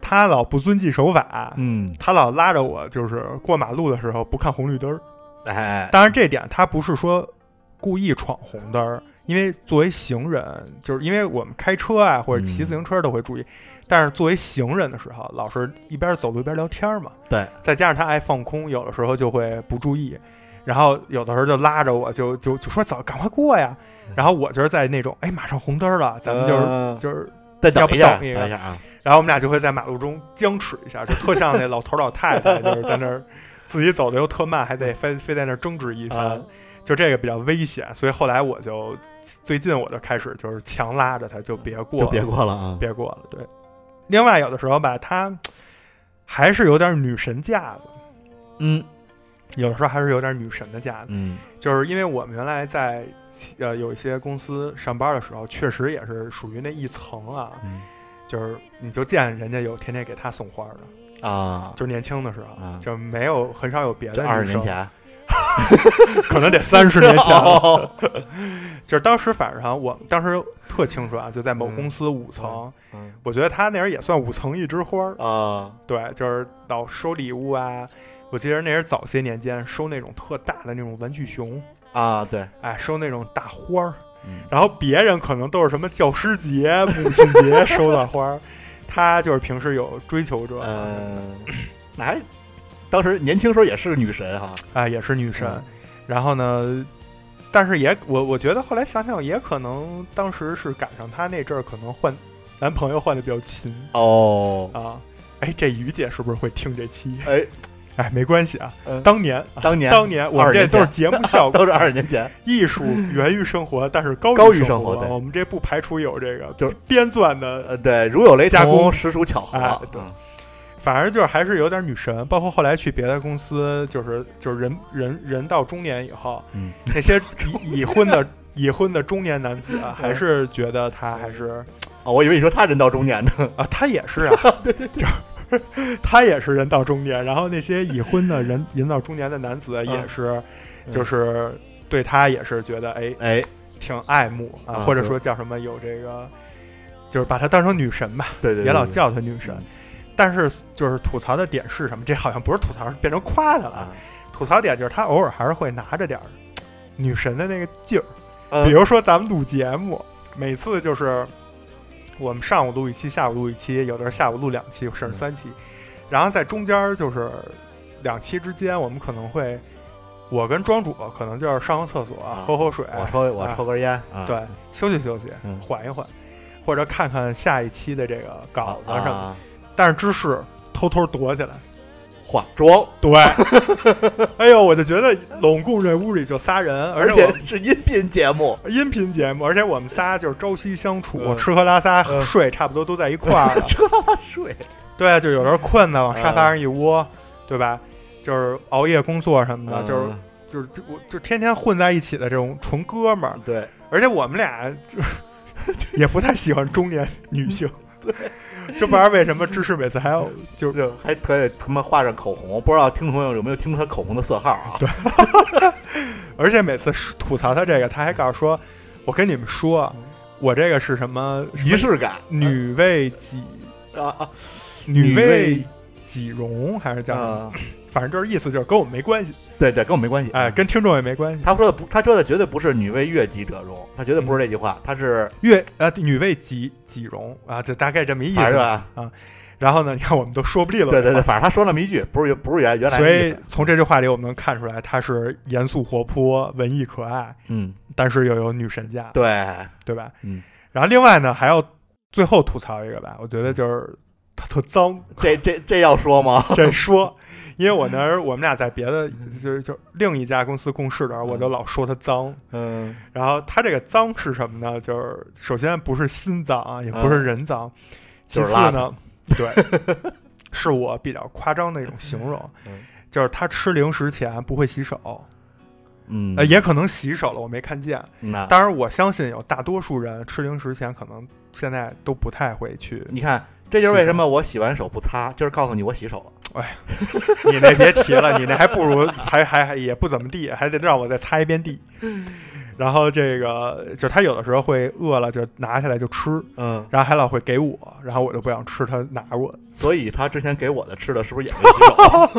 他老不遵纪守法，嗯，他老拉着我，就是过马路的时候不看红绿灯儿。哎，当然，这点他不是说故意闯红灯儿，因为作为行人，就是因为我们开车啊或者骑自行车都会嗯注意，但是作为行人的时候，老是一边走路一边聊天儿嘛。对，再加上他爱放空，有的时候就会不注意，然后有的时候就拉着我就就就说走，赶快过呀。然后我就是在那种哎马上红灯了，咱们就是、嗯呃就是，再等要不一下，等等一一个下啊，然后我们俩就会在马路中僵持一下，就特像那老头儿老太 [LAUGHS] 太，就是在那儿自己走的又特慢，还得非非在那儿争执一番。啊就这个比较危险，所以后来我就最近我就开始就是强拉着他就别过就了，别过了啊，别过了。对，另外有的时候吧，他还是有点女神架子，嗯有的时候还是有点女神的架子。嗯就是因为我们原来在呃有一些公司上班的时候，确实也是属于那一层啊，嗯就是你就见人家有天天给他送花的，啊，就是年轻的时候，啊就没有很少有别这的二女十生年，前，可能得三十年前了。 [LAUGHS] 哦就是当时反正我当时特清楚啊，就在某公司五层，嗯我觉得他那人也算五层一枝花儿，啊，对，就是老收礼物啊。我记得那是早些年间收那种特大的那种玩具熊，啊，对，哎，收那种大花儿，嗯然后别人可能都是什么教师节、母亲节收到花儿，他就是平时有追求者，啊呃，那还当时年轻时候也是女神哈，啊，也是女神。嗯然后呢，但是也我我觉得后来想想，也可能当时是赶上她那阵儿可能换男朋友换的比较勤哦，啊。哎，这于姐是不是会听这期？哎， [LAUGHS] 哎，没关系啊，嗯当年啊当年当年我们20这年都是前节目效果， [LAUGHS] 都是二十年前，艺术源于生活，但是高高于于生活活对我们这不排除有这个就是编撰的，呃，对，如有雷加工同，实属巧合哎，对嗯反正就是还是有点女神。包括后来去别的公司，就是就是人人人到中年以后，嗯那些已已婚 [LAUGHS] 的已婚的中年男子嗯啊，还是觉得他还是哦，我以为你说他人到中年呢，啊，他也是 [LAUGHS] 啊，对对对，他也是人 [LAUGHS] 到中年。然后那些已婚的人人到中年的男子啊也是，嗯就是对他也是觉得哎哎，挺爱慕啊，啊或者说叫什么有这个，就是把她当成女神吧，对对对，也老对嗯叫她女神。但是就是吐槽的点是什么？这好像不是吐槽，是变成夸她了啊。，吐槽点就是她偶尔还是会拿着点儿女神的那个劲儿。呃比如说咱们录节目，每次就是我们上午录一期，下午录一期，有的时候下午录两期，嗯甚至三期，然后在中间儿就是两期之间，我们可能会，我跟庄主可能就是上个厕所，啊喝口水，我抽我啊抽根烟，啊对，休息休息，嗯缓一缓，或者看看下一期的这个稿子什么的。啊但是芝士偷偷躲起来，化妆，对， [LAUGHS] 哎呦，我就觉得拢共这屋里就仨人，而而且我且是音频节目，音频节目，而且我们仨就是朝夕相处，嗯吃喝拉撒、嗯 [LAUGHS]。睡差不多都在一块儿了这他妈睡，对，啊就有时候困嗯的往沙发上一窝，对吧？就是熬夜工作什么的，啊就是嗯就是就我就天天混在一起的这种纯哥们儿，对，而且我们俩 [LAUGHS] 就是也不太喜欢中年女性，嗯就不知道为什么芝士每次还要就是就还特意他妈画上口红，不知道听众有没有听出他口红的色号啊？对，而且每次吐槽他这个，他还告诉说：“我跟你们说，我这个是什么嗯仪式 [LAUGHS] 感，女为己啊啊女为为己容，还是叫什么？啊！反正就是意思就是跟我们没关系，对对，跟我没关系。啊哎，跟听众也没关系。嗯他说的不，他说的绝对不是“女为悦己者容”，他绝对嗯不是这句话，他是越呃女为己己容啊，就大概这么一意反正是思。吧？然后呢，你看我们都说不利落，对对对，。”反正他说那么一句，不是不是原原来所的意以思。从这句话里，我们能看出来，他是严肃活泼、文艺可爱，嗯，但是又有女神架， [LAUGHS] 对，对吧？嗯。然后另外呢，还要最后吐槽一个吧，我觉嗯得就是他特脏，这这这要 [LAUGHS] 说吗？ [LAUGHS] 这说，因为我那儿我们俩在别的就是就另一家公司共事的时候，我就老说他脏。嗯然后他这个脏是什么呢？就是首先不是心脏啊，也不是人脏，其嗯就是次邋呢，对，是我比较夸张的一种形容，嗯 [LAUGHS] 就是他吃零食前不会洗手，嗯啊呃，也可能洗手了，我没看见。那当然，我相信有大多数人吃零食前可能现在都不太会去。你看，这就是为什么我洗完手不擦，就是告诉你我洗手了。你那别提了，你那还不如还还还也不怎么地，还得让我再擦一遍地。嗯 [LAUGHS] 然后这个就是他有的时候会饿了就拿下来就吃，嗯，然后还老会给我，然后我就不想吃他拿我， [LAUGHS] 所以他之前给我的吃的是不是也没洗手？啊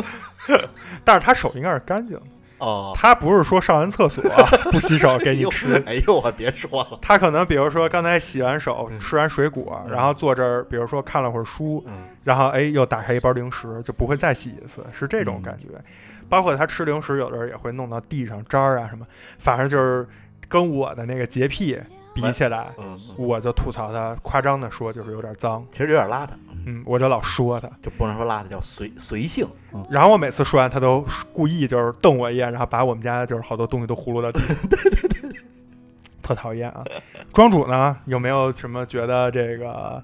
但是他手应该是干净的， [LAUGHS] 哦，他不是说上完厕 [LAUGHS] 所不洗手给你吃，哎呦，我别说了，他可能比如说刚才洗完手嗯吃完水果，然后坐这儿比如说看了会儿书，嗯然后哎又打开一包零食，就不会再洗一次，是这种感觉。嗯包括他吃零食，有的时候也会弄到地上渣儿啊什么，反正就是跟我的那个洁癖比起来，嗯，嗯我就吐槽他，夸张的说就是有点脏，其实有点邋遢，嗯，我就老说他。就不能说邋遢，叫随随性。嗯，然后我每次说完，他都故意就是瞪我一眼，然后把我们家就是好多东西都呼噜 [LAUGHS] 到地上，特讨厌啊！庄主呢，有没有什么觉得这个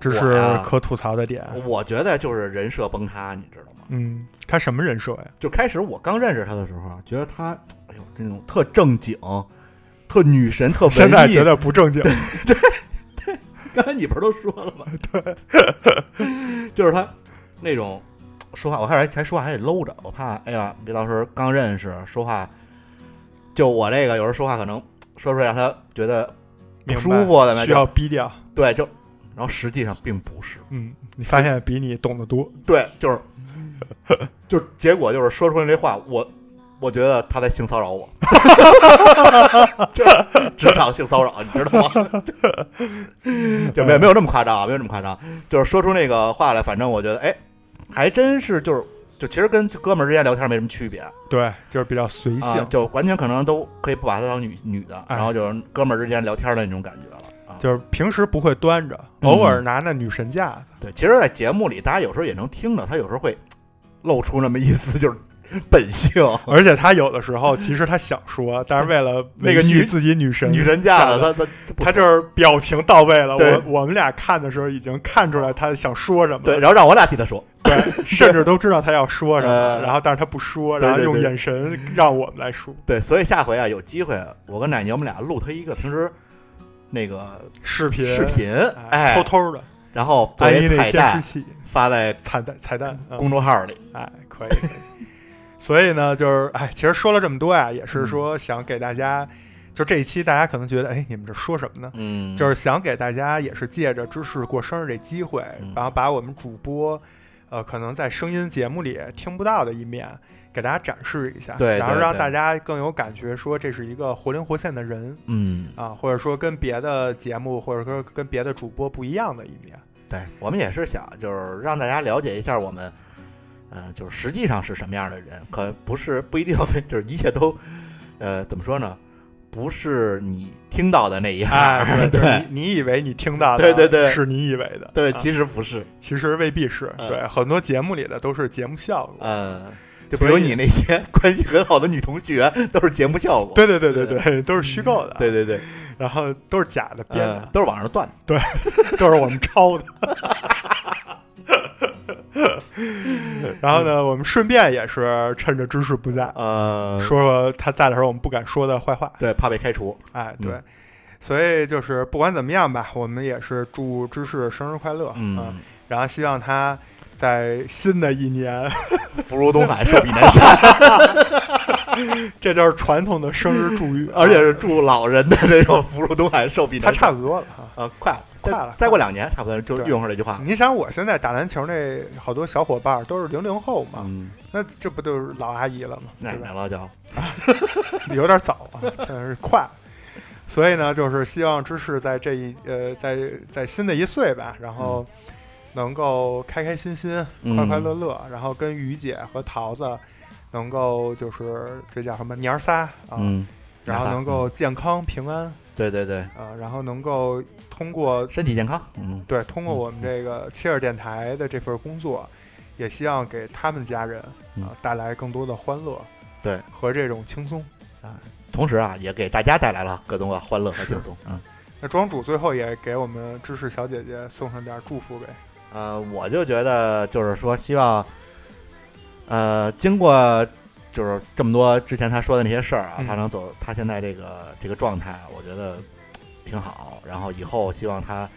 只我是呀可吐槽的点？我觉得就是人设崩塌，你知道吗？嗯，他什么人设呀？就开始我刚认识他的时候啊，觉得他，哎呦，这种特正经、特女神、特文艺。现在觉得不正经，刚才你不是都说了吗？对， [LAUGHS] 就是他那种说话，我开始还说话还得搂着，我怕哎呀，别到时候刚认识说话，就我这个有时候说话可能说出来让他觉得不明白舒服的那需要种，逼掉。对，就然后实际上并不是，嗯，你发现比你懂得多，对，就是就是结果就是说出来这话，我我觉得他在性骚扰我， [LAUGHS] 就是职场性骚扰，你知道吗？ [LAUGHS] 就没有没有这么夸张啊，没有这么夸张，就是说出那个话来，反正我觉得，哎，还真是就是。就其实跟哥们儿之间聊天没什么区别啊，对，就是比较随性，就完全可能都可以不把她当女女的，哎然后就是哥们儿之间聊天的那种感觉了啊。就是平时不会端着，嗯偶尔拿那女神架子。对，其实，在节目里，大家有时候也能听着，他有时候会露出那么一丝就是本性，而且他有的时 [LAUGHS] 候其实他想说，但是为了那个维系女自己女神女神架的的，他他他他就是表情到位了。对我我们俩看的时候已经看出来他想说什么对，了，然后让我俩替他说， [LAUGHS] 对，甚至都知道他要说什么，呃然后但是他不说，对然后对用对眼神让我们来说，对，所以下回啊有机会，我跟奶牛我们俩录他一个平时那个视频视频，哎哎，偷偷的然后作安为一那彩监视蛋器发在彩蛋彩蛋，嗯公众号里，哎，可以。可 [LAUGHS] 以所以呢，就是哎，其实说了这么多呀，也嗯是说想给大家，就这一期大家可能觉得，哎，你们这说什么呢？嗯就是想给大家也是借着芝士过生日这机会，嗯然后把我们主播，呃，可能在声音节目里听不到的一面，给大家展示一下，对然后对让对大家更有感觉，说这是一个活灵活现的人嗯，啊，或者说跟别的节目，或者说跟别的主播不一样的一 [LAUGHS] 面。对我们也是想就是让大家了解一下我们。呃，就是实际上是什么样的人，可不是不一定非，就是一切都，呃，怎么说呢？不是你听到的那样，哎，对，就是对你你以为你听到的，对对对是你以为的，对，啊其实不是，其实未必是嗯对，很多节目里的都是节目效果。呃，就比所如以你那 [LAUGHS] 些关系很好的女同学，都是节目效果。对对对对对， [LAUGHS] 都是虚构的，嗯对，对对，然后都是假的编呃 [LAUGHS] 的，嗯都是网上段子。都是我们抄的。 [LAUGHS] 然后嗯呢，我们顺便也是趁着芝士不在，呃，说说他在的时候我们不敢说的坏话。对，怕被开除，哎，嗯对。所以就是不管怎么样吧，我们也是祝芝士生日快乐，啊嗯，然后希望他在新的一年， [LAUGHS] 福如东海，寿比南 [LAUGHS] 山，，这就是传统的生日祝语啊而且是祝老人的这种福如东海，寿比他南差山。不多了啊。呃，快了，快再了再过两年，差不多就对用上这句话了。啊你想，我现在打篮球那好多小伙伴都是零零后嘛，嗯，那这不就是老阿姨了吗？奶对奶吧？了就，有点早啊，但是快。所以呢，就是希望芝士在这一呃，在在新的一岁吧，然后能够开开心心、嗯快快乐乐，然后跟于姐和桃子能够就是这叫什么娘儿仨啊，嗯，然后能够健康平安对对对，啊、然后能够通过身体健康，嗯，对，通过我们这个切尔电台的这份工作，也希望给他们家人嗯啊带来更多的欢乐，对和这种轻松。同时啊，也给大家带来了各种的欢乐和轻松。嗯，那庄主最后也给我们芝士小姐姐送上点祝福呗。呃，我就觉得就是说，希望，呃，经过就是这么多之前他说的那些事儿啊，嗯他能走，他现在这个这个状态啊，我觉得挺好。然后以后希望他，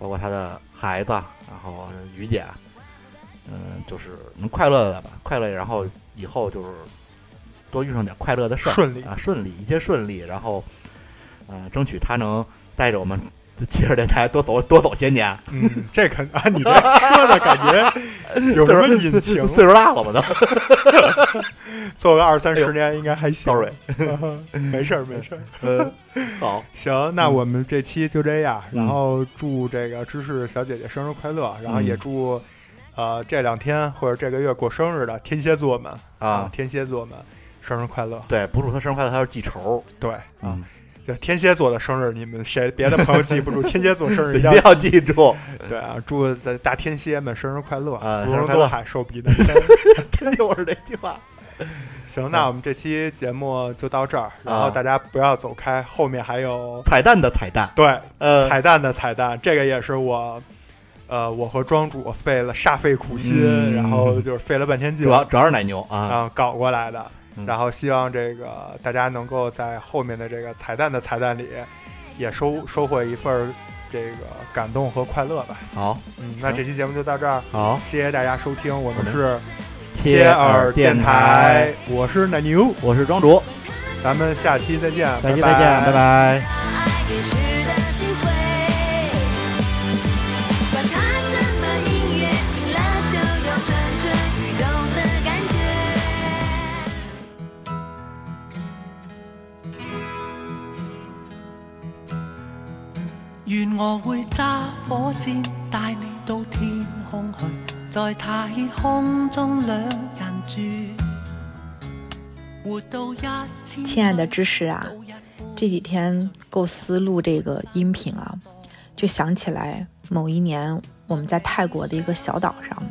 包括他的孩子，啊然后于姐，嗯、就是能快乐的吧，快乐。然后以后就是多遇上点快乐的事儿，顺利啊，顺利，一切顺利。然后，呃，争取他能带着我们。接着电台多走多走些年，嗯，这肯啊， [LAUGHS] 你这说的感觉有什么隐情？岁数大了嘛都。 [LAUGHS] 做个二三十年应该还行。 sorry [LAUGHS] 没事儿没事儿。嗯好，行，那嗯我们这期就这样，嗯然后祝这个芝士小姐姐生日快乐，然后也祝呃这两天或者这个月过生日的天蝎座们啊天蝎座们生日快乐。对，不祝他生日快乐，他要记仇，对嗯，就天蝎座的生日，你们谁别的朋友记不住，天蝎座生日 [LAUGHS] 一一定定要要记住。对啊，祝咱大天蝎们生日快乐，啊福生如日快乐东海，寿比南山。真就是这句话。 [LAUGHS] 行，那我们这期节目就到这儿，然后啊大家不要走开，后面还有彩蛋的彩蛋，对呃，彩蛋的彩蛋，这个也是我，呃，我和庄主费了煞费苦心，嗯然后就是费了半天劲，主要主要是奶牛然啊，后搞过来的。嗯然后希望这个大家能够在后面的这个彩蛋的彩蛋里，也收收获一份儿这个感动和快乐吧。好嗯，那这期节目就到这儿，好，谢谢大家收听，我们好是切尔尔电电台，我是奶牛，我是庄主，咱们下期再见，下期再见，拜拜。爱给时的机会，管它什么音乐，听了就有蠢蠢欲动的感觉。願我會揸火箭帶你到天空去，在太空中兩人住，活到一千。亲爱的芝士啊，这几天构思录这个音频啊，就想起来某一年我们在泰国的一个小岛上，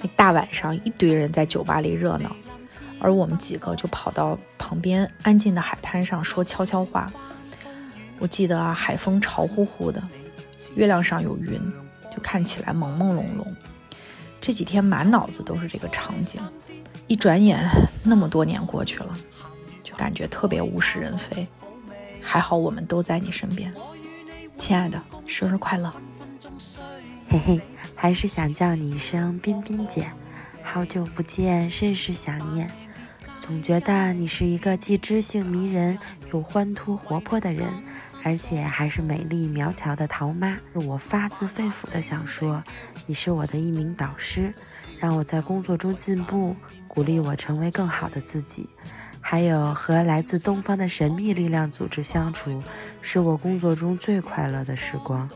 那大晚上一堆人在酒吧里热闹，而我们几个就跑到旁边安静的海滩上说悄悄话。我记得啊，海风潮乎乎的，月亮上有云，就看起来朦朦胧胧。这几天满脑子都是这个场景，一转眼那么多年过去了。就感觉特别物是人非。还好我们都在你身边，亲爱的，生日快乐！嘿嘿，还是想叫你一声冰冰姐，好久不见，甚是想念。总觉得你是一个既知性迷人又欢脱活泼的人，而且还是美丽苗条的桃妈。我发自肺腑的想说，你是我的一名导师，让我在工作中进步，鼓励我成为更好的自己。还有和来自东方的神秘力量组织相处，是我工作中最快乐的时光。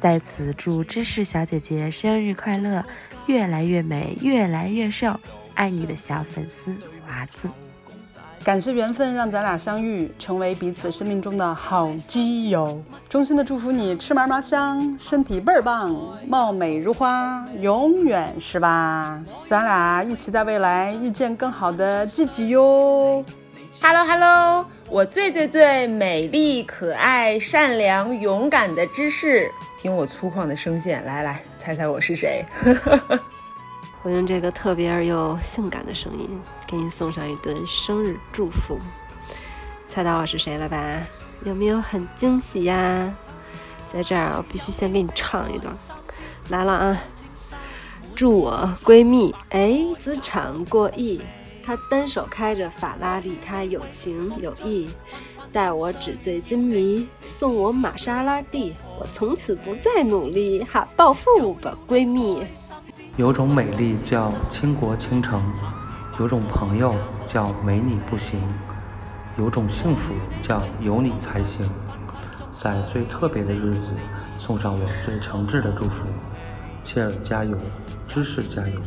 在此祝芝士小姐姐生日快乐，越来越美，越来越瘦，爱你的小粉丝娃子。感谢缘分让咱俩相遇，成为彼此生命中的好基友。衷心的祝福你吃嘛嘛香，身体倍儿棒，貌美如花，永远是吧？咱俩一起在未来遇见更好的自己哟。 Hello Hello，我最最最美丽、可爱、善良、勇敢的芝士，听我粗犷的声线，来来，猜猜我是谁？我用这个特别而又性感的声音，给你送上一顿生日祝福。猜到我是谁了吧？有没有很惊喜呀、在这儿啊，我必须先给你唱一段，来了啊！祝我闺蜜哎资产过亿，她单手开着法拉利，她有情有义，待我纸醉金迷，送我玛莎拉蒂，我从此不再努力，哈暴富吧闺蜜。有种美丽叫倾国倾城，有种朋友叫没你不行，有种幸福叫有你才行。在最特别的日子，送上我最诚挚的祝福。切尔加油，芝士加油。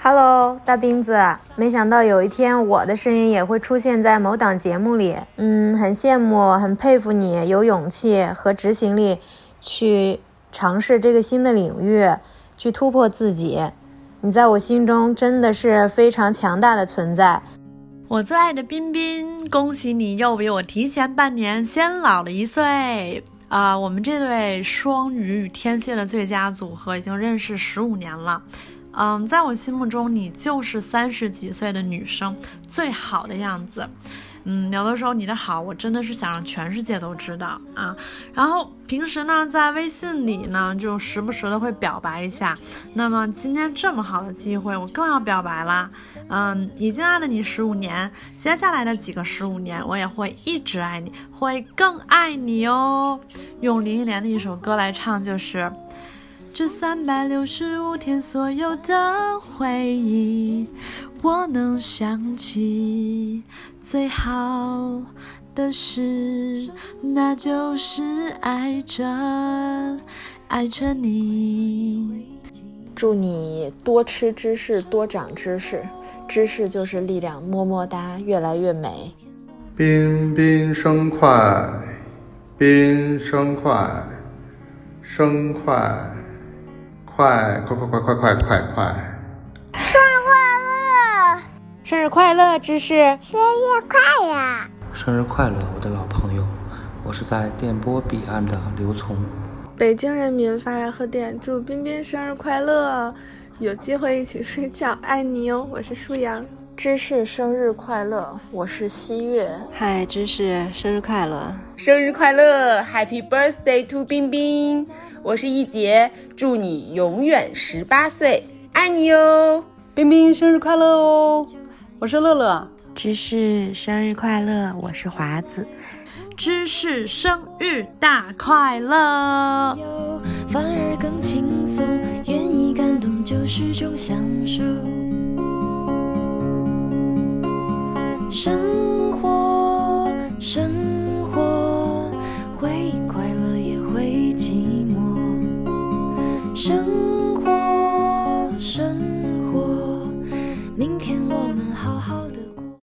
Hello，大冰子，没想到有一天我的声音也会出现在某档节目里，嗯，很羡慕，很佩服你有勇气和执行力去尝试这个新的领域，去突破自己。你在我心中真的是非常强大的存在。我最爱的彬彬，恭喜你又比我提前半年先老了一岁啊、我们这对双鱼与天蝎的最佳组合已经认识十五年了。嗯，在我心目中，你就是三十几岁的女生最好的样子。嗯，有的时候你的好，我真的是想让全世界都知道啊。然后平时呢，在微信里呢，就时不时的会表白一下。那么今天这么好的机会，我更要表白啦。嗯，已经爱了你十五年，接下来的几个十五年，我也会一直爱你，会更爱你哦。用林忆莲的一首歌来唱，就是。这三百六十五天所有的回忆，我能想起。最好的事，那就是爱着，爱着你。祝你多吃芝士，多长知识，知识就是力量，么么哒，越来越美。彬彬生快，彬生快，生快，快快快快快快快快！生日快乐！生日快乐，芝士！生日快乐！生日快乐，我的老朋友！我是在电波彼岸的刘从。北京人民发来贺电，祝彬彬生日快乐，有机会一起睡觉，爱你哟！我是舒阳。芝士生日快乐！我是西月。嗨，芝士，生日快乐！生日快乐，Happy Birthday to 冰冰！我是一杰，祝你永远十八岁，爱你哦哟！冰冰生日快乐哦！我是乐乐，芝士生日快乐！我是华子。芝士生日大快乐！反而更轻松，愿意感动就是种享受。生活，生